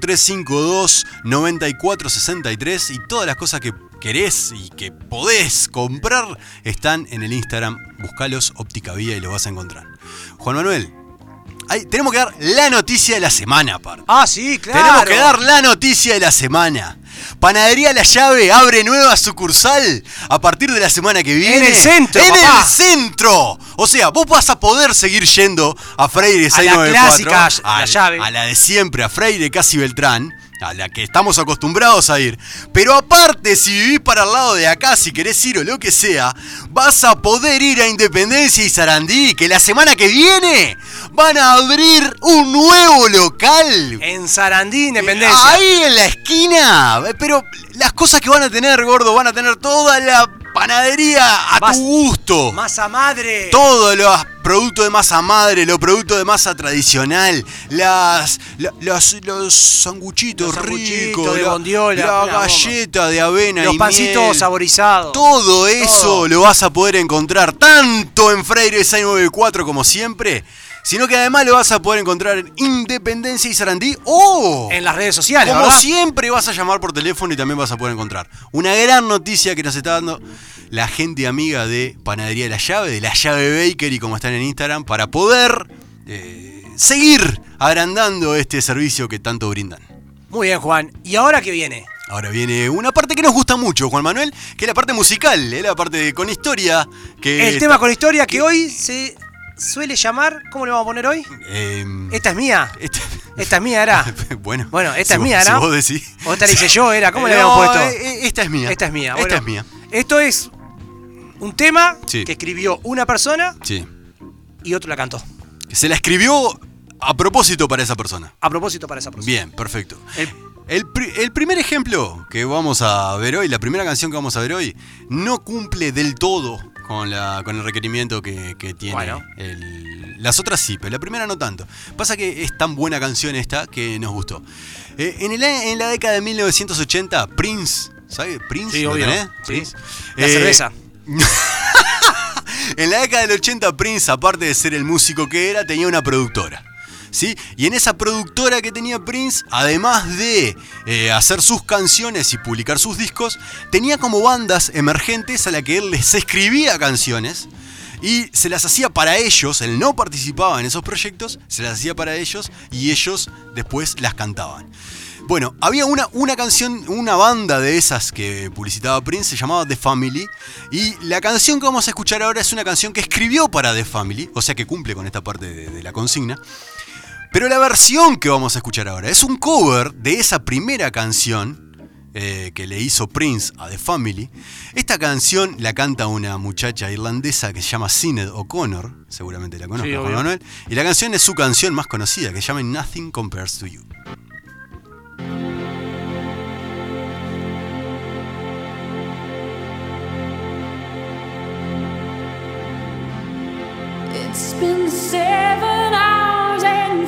Speaker 4: 4352 94 63 y todas las cosas que querés y que podés comprar están en el Instagram. Buscalos Óptica Vía y los vas a encontrar. Juan Manuel, ahí tenemos que dar la noticia de la semana, aparte.
Speaker 3: Ah, sí, claro.
Speaker 4: Tenemos que dar la noticia de la semana. Panadería La Llave abre nueva sucursal a partir de la semana que viene.
Speaker 3: el centro,
Speaker 4: En
Speaker 3: papá.
Speaker 4: el centro. O sea, vos vas a poder seguir yendo a Freire
Speaker 3: A la
Speaker 4: 694.
Speaker 3: clásica, a La Llave.
Speaker 4: A la de siempre, a Freire Casi Beltrán. A la que estamos acostumbrados a ir. Pero aparte, si vivís para el lado de acá, si querés ir o lo que sea, vas a poder ir a Independencia y Sarandí, que la semana que viene van a abrir un nuevo local.
Speaker 3: En Sarandí, Independencia.
Speaker 4: Ahí en la esquina. eh, Pero las cosas que van a tener, gordo, van a tener toda la panadería a
Speaker 3: Vas-
Speaker 4: tu gusto.
Speaker 3: Masa madre.
Speaker 4: Todos los productos de masa madre, los productos de masa tradicional, las, la- las- los sanguchitos
Speaker 3: Los sanguchitos
Speaker 4: ricos,
Speaker 3: de
Speaker 4: la,
Speaker 3: bondiola,
Speaker 4: la
Speaker 3: una bomba.
Speaker 4: galleta de avena
Speaker 3: los
Speaker 4: y
Speaker 3: pancitos
Speaker 4: miel.
Speaker 3: saborizados.
Speaker 4: Todo eso
Speaker 3: Todo.
Speaker 4: lo vas a poder encontrar tanto en Freire 694 como siempre, sino que además lo vas a poder encontrar en Independencia y Sarandí o
Speaker 3: En las redes sociales,
Speaker 4: como
Speaker 3: ¿verdad?
Speaker 4: siempre vas a llamar por teléfono y también vas a poder encontrar. Una gran noticia que nos está dando la gente amiga de Panadería La Llave, de La Llave Baker y como están en Instagram, para poder eh, seguir agrandando este servicio que tanto brindan.
Speaker 3: Muy bien, Juan. ¿Y ahora qué viene?
Speaker 4: Ahora viene una parte que nos gusta mucho, Juan Manuel, que es la parte musical, es la parte de- con historia. Que
Speaker 3: El tema con historia que hoy se suele llamar. ¿Cómo le vamos a poner hoy?
Speaker 4: Em,
Speaker 3: Esta es mía.
Speaker 4: este-
Speaker 3: Esta es mía, era.
Speaker 4: bueno,
Speaker 3: Bueno,
Speaker 4: si
Speaker 3: esta es
Speaker 4: vos-
Speaker 3: mía,
Speaker 4: si
Speaker 3: ¿no?
Speaker 4: vos decís.
Speaker 3: O esta le hice yo, era. ¿Cómo le
Speaker 4: No,
Speaker 3: habíamos puesto?
Speaker 4: eh, eh, Esta es mía.
Speaker 3: Esta es mía.
Speaker 4: Esta
Speaker 3: bueno.
Speaker 4: es mía.
Speaker 3: Esto es un tema
Speaker 4: Sí.
Speaker 3: que escribió una persona
Speaker 4: Sí.
Speaker 3: y otro la cantó.
Speaker 4: Se la escribió a propósito para esa persona.
Speaker 3: A propósito para esa persona.
Speaker 4: Bien, perfecto.
Speaker 3: El
Speaker 4: El, pri- el primer ejemplo que vamos a ver hoy, la primera canción que vamos a ver hoy, no cumple del todo con, la, con el requerimiento que, que tiene.
Speaker 3: Bueno.
Speaker 4: el- las otras sí, pero la primera no tanto. Pasa que es tan buena canción esta que nos gustó. Eh, en, el a- en la década de 1980, Prince, ¿sabes? Prince,
Speaker 3: Sí,
Speaker 4: ¿lo
Speaker 3: obvio.
Speaker 4: tenés?
Speaker 3: Sí.
Speaker 4: Prince.
Speaker 3: La
Speaker 4: Eh,
Speaker 3: cerveza.
Speaker 4: En la década del 80, Prince, aparte de ser el músico que era, tenía una productora. ¿Sí? Y en esa productora que tenía Prince, además de eh, hacer sus canciones y publicar sus discos, tenía como bandas emergentes a las que él les escribía canciones y se las hacía para ellos, él no participaba en esos proyectos, se las hacía para ellos y ellos después las cantaban. Bueno, había una, una canción, una banda de esas que publicitaba Prince, se llamaba The Family, y la canción que vamos a escuchar ahora es una canción que escribió para The Family, o sea que cumple con esta parte de, de la consigna, pero la versión que vamos a escuchar ahora es un cover de esa primera canción eh, que le hizo Prince a The Family. Esta canción la canta una muchacha irlandesa que se llama Sinead O'Connor, seguramente la conoce
Speaker 3: Sí,
Speaker 4: Juan
Speaker 3: obvio.
Speaker 4: Manuel, y la canción es su canción más conocida, que se llama Nothing Compares to You.
Speaker 7: It's been seven hours and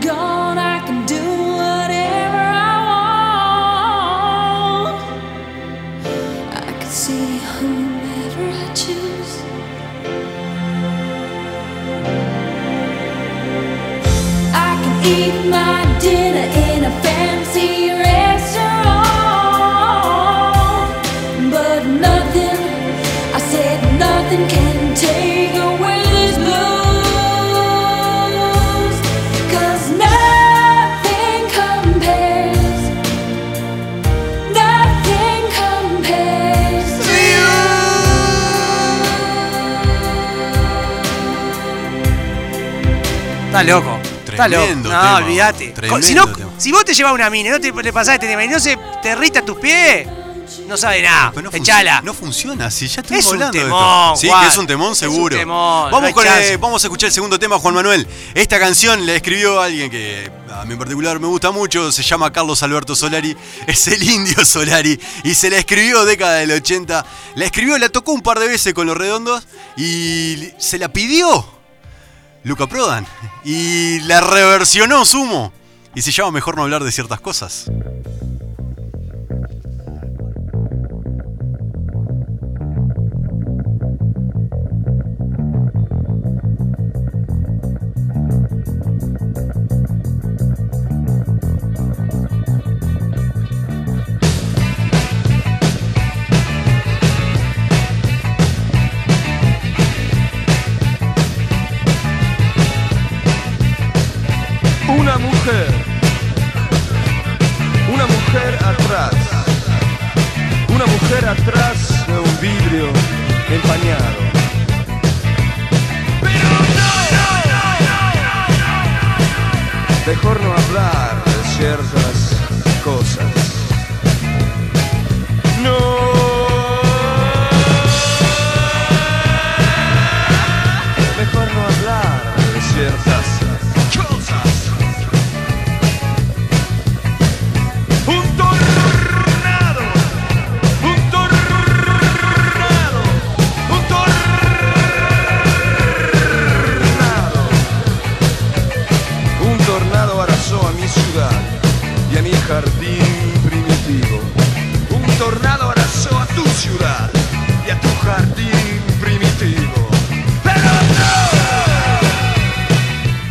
Speaker 7: gone, I can do whatever I want. I can see whomever I choose. I can eat my dinner in a fancy restaurant, but nothing, I said nothing can take away these blues. 'Cause nothing compares, nothing compares to you.
Speaker 3: Está loco. Está loco.
Speaker 4: Tremendo
Speaker 3: No,
Speaker 4: tema,
Speaker 3: olvídate.
Speaker 4: tremendo
Speaker 3: Si, no-
Speaker 4: tema.
Speaker 3: si vos te llevas una mina y no te le pasás este tema y no se te rita a tus pies, no sabe nada.
Speaker 4: Pero no func-
Speaker 3: Echala.
Speaker 4: No funciona, si ya estuvimos
Speaker 3: Es un
Speaker 4: hablando de
Speaker 3: temón,
Speaker 4: esto. Sí,
Speaker 3: Juan.
Speaker 4: que es un temón
Speaker 3: Es un
Speaker 4: seguro.
Speaker 3: temón, no
Speaker 4: vamos,
Speaker 3: hay
Speaker 4: con el-
Speaker 3: chance.
Speaker 4: vamos a escuchar el segundo tema, Juan Manuel. Esta canción la escribió alguien que a mí en particular me gusta mucho, se llama Carlos Alberto Solari, es el indio Solari, y se la escribió década del 80. La escribió, la tocó un par de veces con los redondos y se la pidió Luca Prodan y la reversionó Sumo. Y se llama Mejor no hablar de ciertas cosas.
Speaker 8: Una mujer. Una mujer atrás. Una mujer atrás de un vidrio empañado. Mejor no hablar de ciertas cosas. No. Mejor no hablar de ciertas cosas. Un tornado, un tornado, un tornado. Un tornado arrasó a mi ciudad y a mi jardín primitivo. Un tornado arrasó a tu ciudad y a tu jardín primitivo. Pero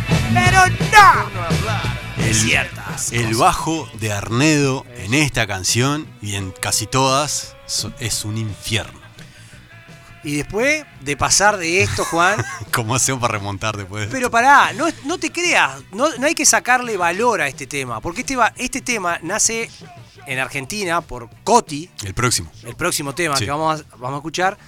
Speaker 3: Pero no.
Speaker 8: no hablar.
Speaker 3: Es ciertas.
Speaker 4: El bajo de Arnedo en esta canción y en casi todas so- es un infierno.
Speaker 3: Y después de pasar de esto, Juan.
Speaker 4: ¿Cómo hacemos para remontar después?
Speaker 3: Pero pará, no, no te creas, no, no hay que sacarle valor a este tema, porque este, va- este tema nace en Argentina por Coti,
Speaker 4: El próximo.
Speaker 3: el próximo tema
Speaker 4: Sí.
Speaker 3: que vamos a, vamos a escuchar.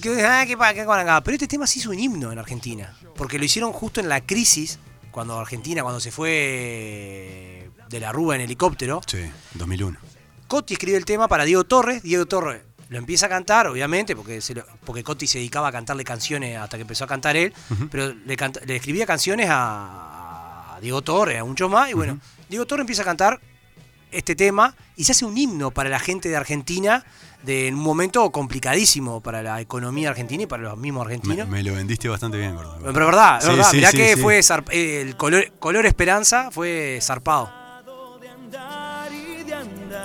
Speaker 3: que, ah, qué pa- qué guarangá. Pero este tema se hizo un himno en Argentina, porque lo hicieron justo en la crisis, cuando Argentina, cuando se fue de la Rúa en helicóptero.
Speaker 4: Sí, 2001.
Speaker 3: Coti escribe el tema para Diego Torres. Diego Torres lo empieza a cantar, obviamente, porque, se lo- porque Coti se dedicaba a cantarle canciones hasta que empezó a cantar él. Pero le, canta- le escribía canciones a, a Diego Torres, a muchos más. Y bueno, Diego Torres empieza a cantar este tema y se hace un himno para la gente de Argentina de en un momento complicadísimo para la economía argentina y para los mismos
Speaker 4: Me,
Speaker 3: argentinos.
Speaker 4: me lo vendiste bastante bien, gordo.
Speaker 3: Pero es verdad, es
Speaker 4: Sí,
Speaker 3: verdad.
Speaker 4: sí,
Speaker 3: Mirá
Speaker 4: sí,
Speaker 3: que
Speaker 4: sí.
Speaker 3: fue zarp- eh, el color, color esperanza fue zarpado.
Speaker 1: de andar y de
Speaker 3: Es
Speaker 1: andar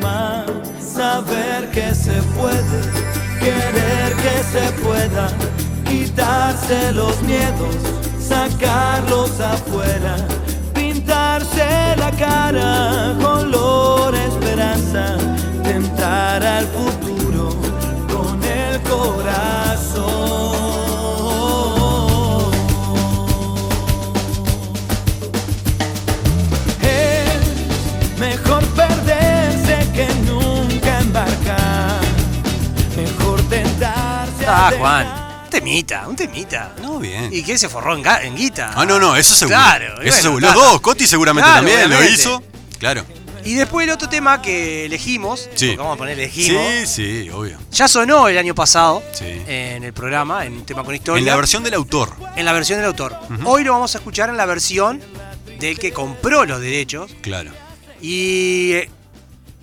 Speaker 1: más saber que se puede, querer que se pueda, quitarse los miedos, sacarlos afuera, pintarse la cara, color esperanza, tentar al futuro con el corazón. Es mejor perderse que nunca embarcar, mejor tentarse a
Speaker 3: Ah,
Speaker 1: dejar-
Speaker 3: Juan. Un temita, un temita.
Speaker 4: No, bien.
Speaker 3: Y que se forró en, ga- en guita.
Speaker 4: Ah, no, no, eso seguro.
Speaker 3: Claro. y
Speaker 4: eso
Speaker 3: bueno,
Speaker 4: seguro.
Speaker 3: claro.
Speaker 4: Los dos, Coti seguramente
Speaker 3: Claro,
Speaker 4: también lo
Speaker 3: obviamente.
Speaker 4: hizo. Claro.
Speaker 3: Y después el otro tema que elegimos,
Speaker 4: Sí.
Speaker 3: porque vamos a poner
Speaker 4: Sí,
Speaker 3: elegimos,
Speaker 4: sí, obvio.
Speaker 3: ya sonó el año pasado
Speaker 4: Sí.
Speaker 3: en el programa, en un tema con historia,
Speaker 4: En la versión del autor.
Speaker 3: en la versión del autor. Hoy lo vamos a escuchar en la versión del que compró los derechos
Speaker 4: Claro.
Speaker 3: y eh,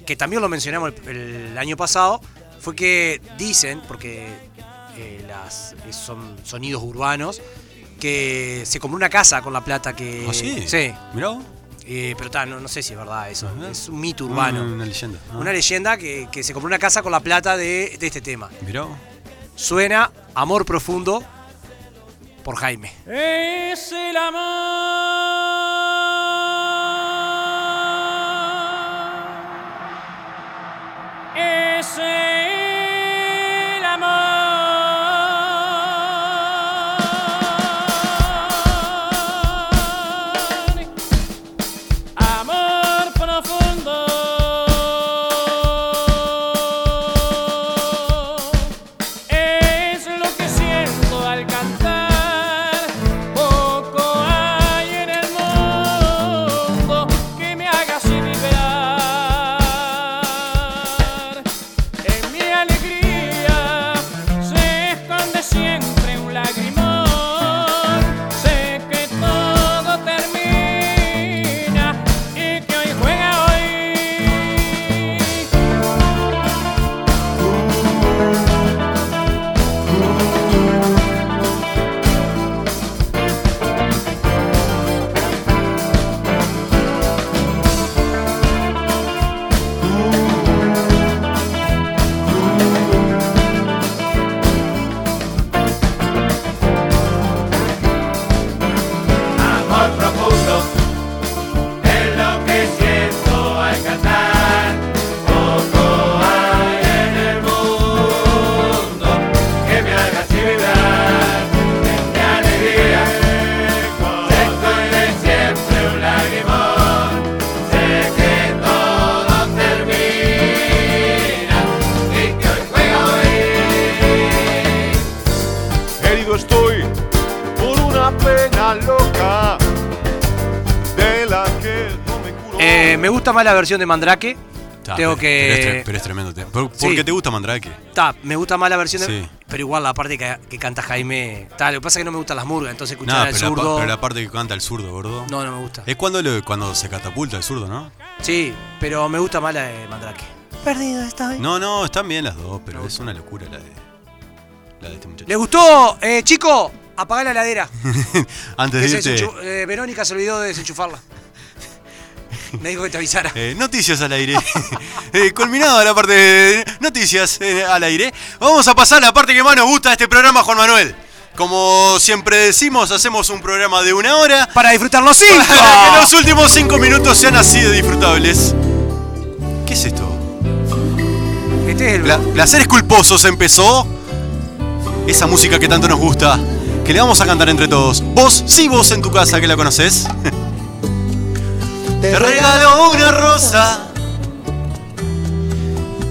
Speaker 3: que también lo mencionamos el, el año pasado, fue que dicen, porque eh, las, eh, son sonidos urbanos, que se compró una casa con la plata que...
Speaker 4: ¿Ah, sí?
Speaker 3: Eh, Sí.
Speaker 4: Mirá vos.
Speaker 3: Eh, pero ta, no, no sé si es verdad eso.
Speaker 4: Ajá.
Speaker 3: Es un mito urbano.
Speaker 4: Una, una leyenda. Ah,
Speaker 3: Una leyenda que, que se compró una casa con la plata de, de este tema.
Speaker 4: Mirá vos.
Speaker 3: Suena Amor Profundo por Jaime.
Speaker 6: Es el amor. Es el amor. Amor profundo. Es lo que siento al cantar. Poco hay en el mundo que me haga así vibrar. En mi alegría se esconde siempre un lagrimón. Sé que todo termina y que hoy juega hoy.
Speaker 8: Herido estoy por una pena loca de la que no me curo.
Speaker 3: Eh, me gusta más la versión de Mandrake.
Speaker 4: Ta,
Speaker 3: Tengo
Speaker 4: pero-
Speaker 3: que.
Speaker 4: Pero es, tre- pero es tremendo. tema. Por-
Speaker 3: Sí.
Speaker 4: Porque te gusta Mandrake.
Speaker 3: Ta, me gusta más la versión de.
Speaker 4: Sí.
Speaker 3: Pero igual la parte que, que canta Jaime. Ta, lo que pasa es que no me gustan las murgas, entonces escuchar
Speaker 4: Nada,
Speaker 3: al
Speaker 4: pero, la pa-
Speaker 3: zurdo.
Speaker 4: pero la Eh. parte que canta el zurdo, gordo.
Speaker 3: No, no me gusta.
Speaker 4: Es cuando, lo- cuando se catapulta el zurdo, ¿no?
Speaker 3: Sí, pero me gusta más la de Mandrake. Perdido estoy.
Speaker 4: No, no, están bien las dos, pero es una locura la de. La de este muchacho.
Speaker 3: ¿Les gustó? Eh, chico, apagá la heladera.
Speaker 4: Antes
Speaker 3: Que
Speaker 4: de
Speaker 3: se
Speaker 4: irte.
Speaker 3: desenchu- eh, Verónica se olvidó de desenchufarla. Me dijo que te avisara.
Speaker 4: Eh, noticias al aire. Eh, culminado la parte de noticias eh, al aire. Vamos a pasar a la parte que más nos gusta de este programa, Juan Manuel. Como siempre decimos, hacemos un programa de una hora
Speaker 3: Para disfrutar los cinco.
Speaker 4: para que los últimos cinco minutos sean así de disfrutables. ¿Qué es esto?
Speaker 3: Este es el-
Speaker 4: Pla- Placeres culposos empezó. Esa música que tanto nos gusta, que le vamos a cantar entre todos. Vos, sí, vos en tu casa que la conoces. Te regaló una rosa.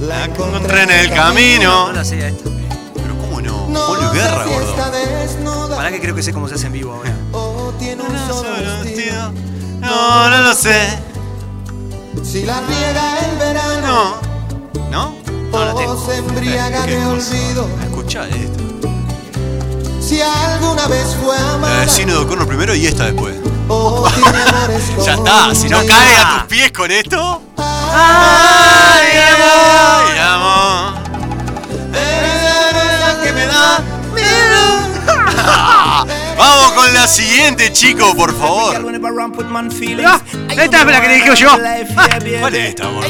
Speaker 4: La encontré en el camino.
Speaker 3: No la sé esta.
Speaker 4: Pero cómo no, Polo Guerra, gordo.
Speaker 3: Pará que creo que sé cómo se hace en vivo ahora.
Speaker 4: No, no lo sé. Si la riega el verano. ¿No?
Speaker 3: No la tengo.
Speaker 4: olvido. Ah, Escuchá esto. Si alguna vez fue amada. Eh, Sino de Corno primero y esta después. ya está, si no
Speaker 3: Ya
Speaker 4: cae
Speaker 3: está.
Speaker 4: a tus pies con esto. Ay, amor. Ay, amor. que me da Vamos con la siguiente, chico, por favor.
Speaker 3: Ah, Esta es la que le dije yo. Ah,
Speaker 4: ¿Cuál es esta, gordo?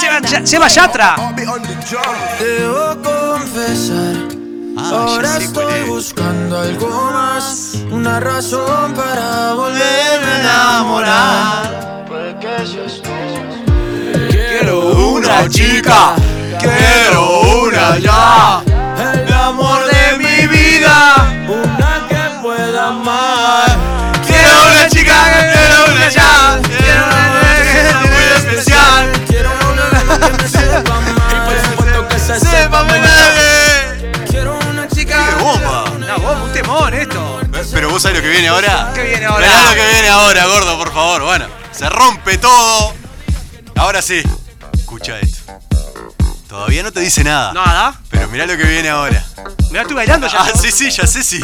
Speaker 3: Seba, Ya- Seba Yatra.
Speaker 9: Debo confesar,
Speaker 4: Ah,
Speaker 9: ahora
Speaker 4: ya sé cuál
Speaker 9: estoy
Speaker 4: es.
Speaker 9: buscando algo más, una razón para volverme a enamorar. Porque yo estoy
Speaker 4: Quiero una chica, quiero una ya. El amor de mi vida,
Speaker 9: una que pueda amar.
Speaker 4: quiero una chica, quiero una ya. Quiero una chica muy especial,
Speaker 9: Quiero una que me sepa amar. Y por supuesto que se
Speaker 4: sepa mi madre.
Speaker 9: Quiero una chica.
Speaker 4: ¡Qué bomba!
Speaker 3: No, vos, un temón esto.
Speaker 4: Pero vos sabés lo que viene ahora.
Speaker 3: ¿Qué viene ahora?
Speaker 4: Mirá lo que viene ahora, gordo, por favor. Bueno, se rompe todo. Ahora sí, escucha esto. Todavía no te dice nada.
Speaker 3: Nada.
Speaker 4: Pero mirá lo que viene ahora.
Speaker 3: Me la estoy bailando ya.
Speaker 4: Ah, sí, sí, ya sé, sí.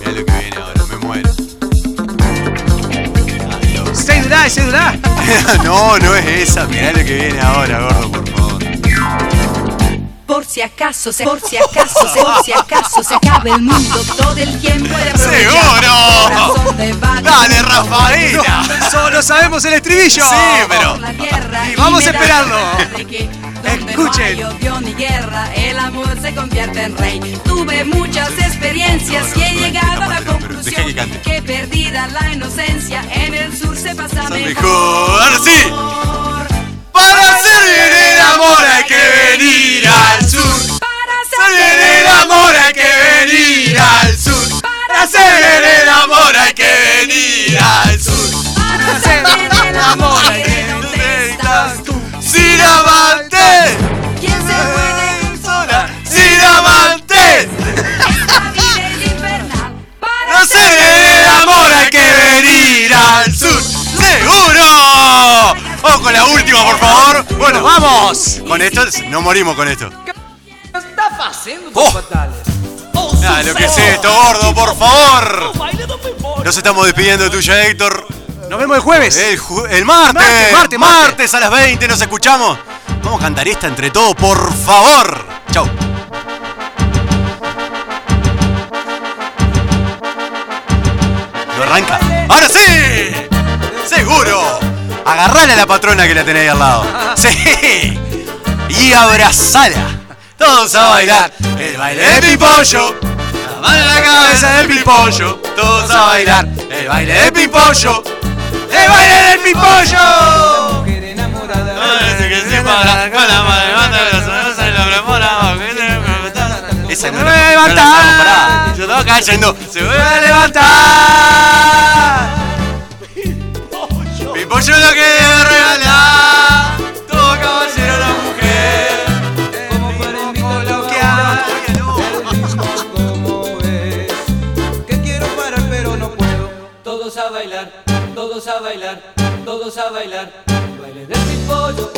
Speaker 4: Mirá lo que viene ahora, me muero.
Speaker 3: Say Dulá, Say Dulá.
Speaker 4: no, no es esa, mirá lo que viene ahora, gordo, por favor.
Speaker 10: Por si acaso, se, por si acaso, se, por si acaso se acaba el mundo todo el tiempo de
Speaker 4: ¡Seguro!
Speaker 10: Corazón de vago,
Speaker 4: ¡Dale, Rafaelita!
Speaker 3: Solo sabemos el estribillo.
Speaker 4: Sí, pero.
Speaker 10: por la tierra
Speaker 3: Y vamos a
Speaker 10: me da
Speaker 3: esperarlo.
Speaker 10: cuenta de que donde
Speaker 3: Escuchen.
Speaker 10: No hay odio ni guerra, el amor se convierte en rey. Tuve muchas experiencias y he
Speaker 4: no, no,
Speaker 10: llegado
Speaker 4: no,
Speaker 10: a la
Speaker 4: no, pero
Speaker 10: conclusión
Speaker 4: deja que cante.
Speaker 10: que perdida la inocencia en el sur se pasa
Speaker 4: Lo
Speaker 10: mejor.
Speaker 4: mejor, sí. Para ser bien el amor hay que venir al sur.
Speaker 10: Para
Speaker 4: Para
Speaker 10: ser
Speaker 4: ser bien el amor hay que venir al sur. Para ser bien el amor hay que venir al sur.
Speaker 10: para ser el amor que no te estás tú.
Speaker 4: Sin amantes,
Speaker 10: ¿Quién se puede?
Speaker 4: sola. Sin amantes.
Speaker 10: La vida es infernal. Para
Speaker 4: No sé el amor hay que venir al sur. ¡Seguro! Vamos con la última, por favor. Bueno, vamos. Con esto no morimos con esto.
Speaker 6: Está fazendo
Speaker 4: Oh.
Speaker 6: fatales. Oh,
Speaker 4: Ah, lo que es esto, gordo, por favor.
Speaker 6: baile do bembote.
Speaker 4: Nos estamos despidiendo de tuya, Héctor.
Speaker 3: Nos vemos el jueves.
Speaker 4: El, ju- el martes,
Speaker 3: Martes, martes, martes.
Speaker 4: martes a las 20 nos escuchamos. Vamos a cantar esta entre todos, por favor. Chau. Lo arranca. ¡Ahora sí! ¡Seguro! Agarrale a la patrona que la tenéis al lado. ¡Sí! Y abrazala. Todos a bailar. El baile de mi pollo. La mano en la cabeza de mi pollo. Todos a bailar. El baile de mi pollo. El baile de mi pollo.
Speaker 6: Mujer enamorada.
Speaker 4: Esa no la- no la sabemos, pará. Se estaba cayendo. Se vuelve a levantar. Mi pollo lo que debe regalar. Todo caballero la mujer.
Speaker 6: Como para invitarla
Speaker 4: ¿Qué
Speaker 6: a
Speaker 4: hago? ¿Qué hago?
Speaker 6: un como es. Que quiero parar pero no puedo. Todos a bailar, todos a bailar, todos a bailar. Baile del pimpollo.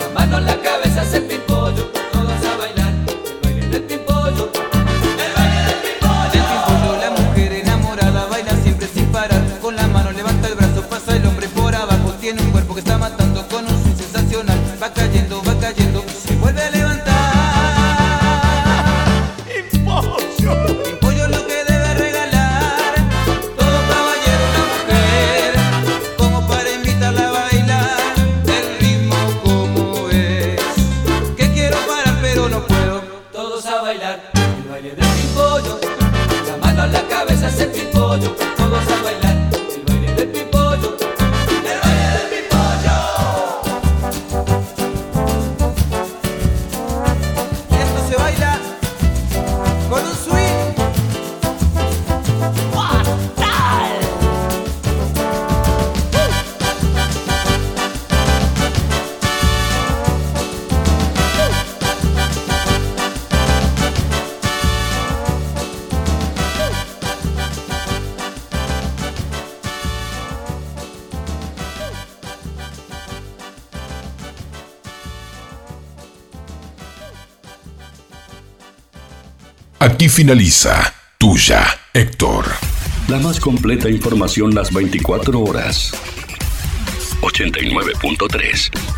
Speaker 6: La mano en la cabeza hace pimpollo. Todos a bailar. El baile del pimpollo. El baile del pimpollo. Del pimpollo la mujer enamorada baila siempre sin parar. Con la mano levanta el brazo, pasa el hombre por abajo. Tiene un cuerpo que está matando con un swing sensacional. Va cayendo, va cayendo. Se vuelve a levantar. Pollo lo que debe regalar, todo caballero una mujer.
Speaker 7: bailar el baile del pipollo. La mano a la cabeza es el pipollo. Todos a bailar el baile del pipollo. El baile del pipollo.
Speaker 11: Esto se baila con un swing. ¡Fatal!
Speaker 12: Aquí finaliza Tuya, Héctor.
Speaker 13: La más completa información las 24 horas. 89.3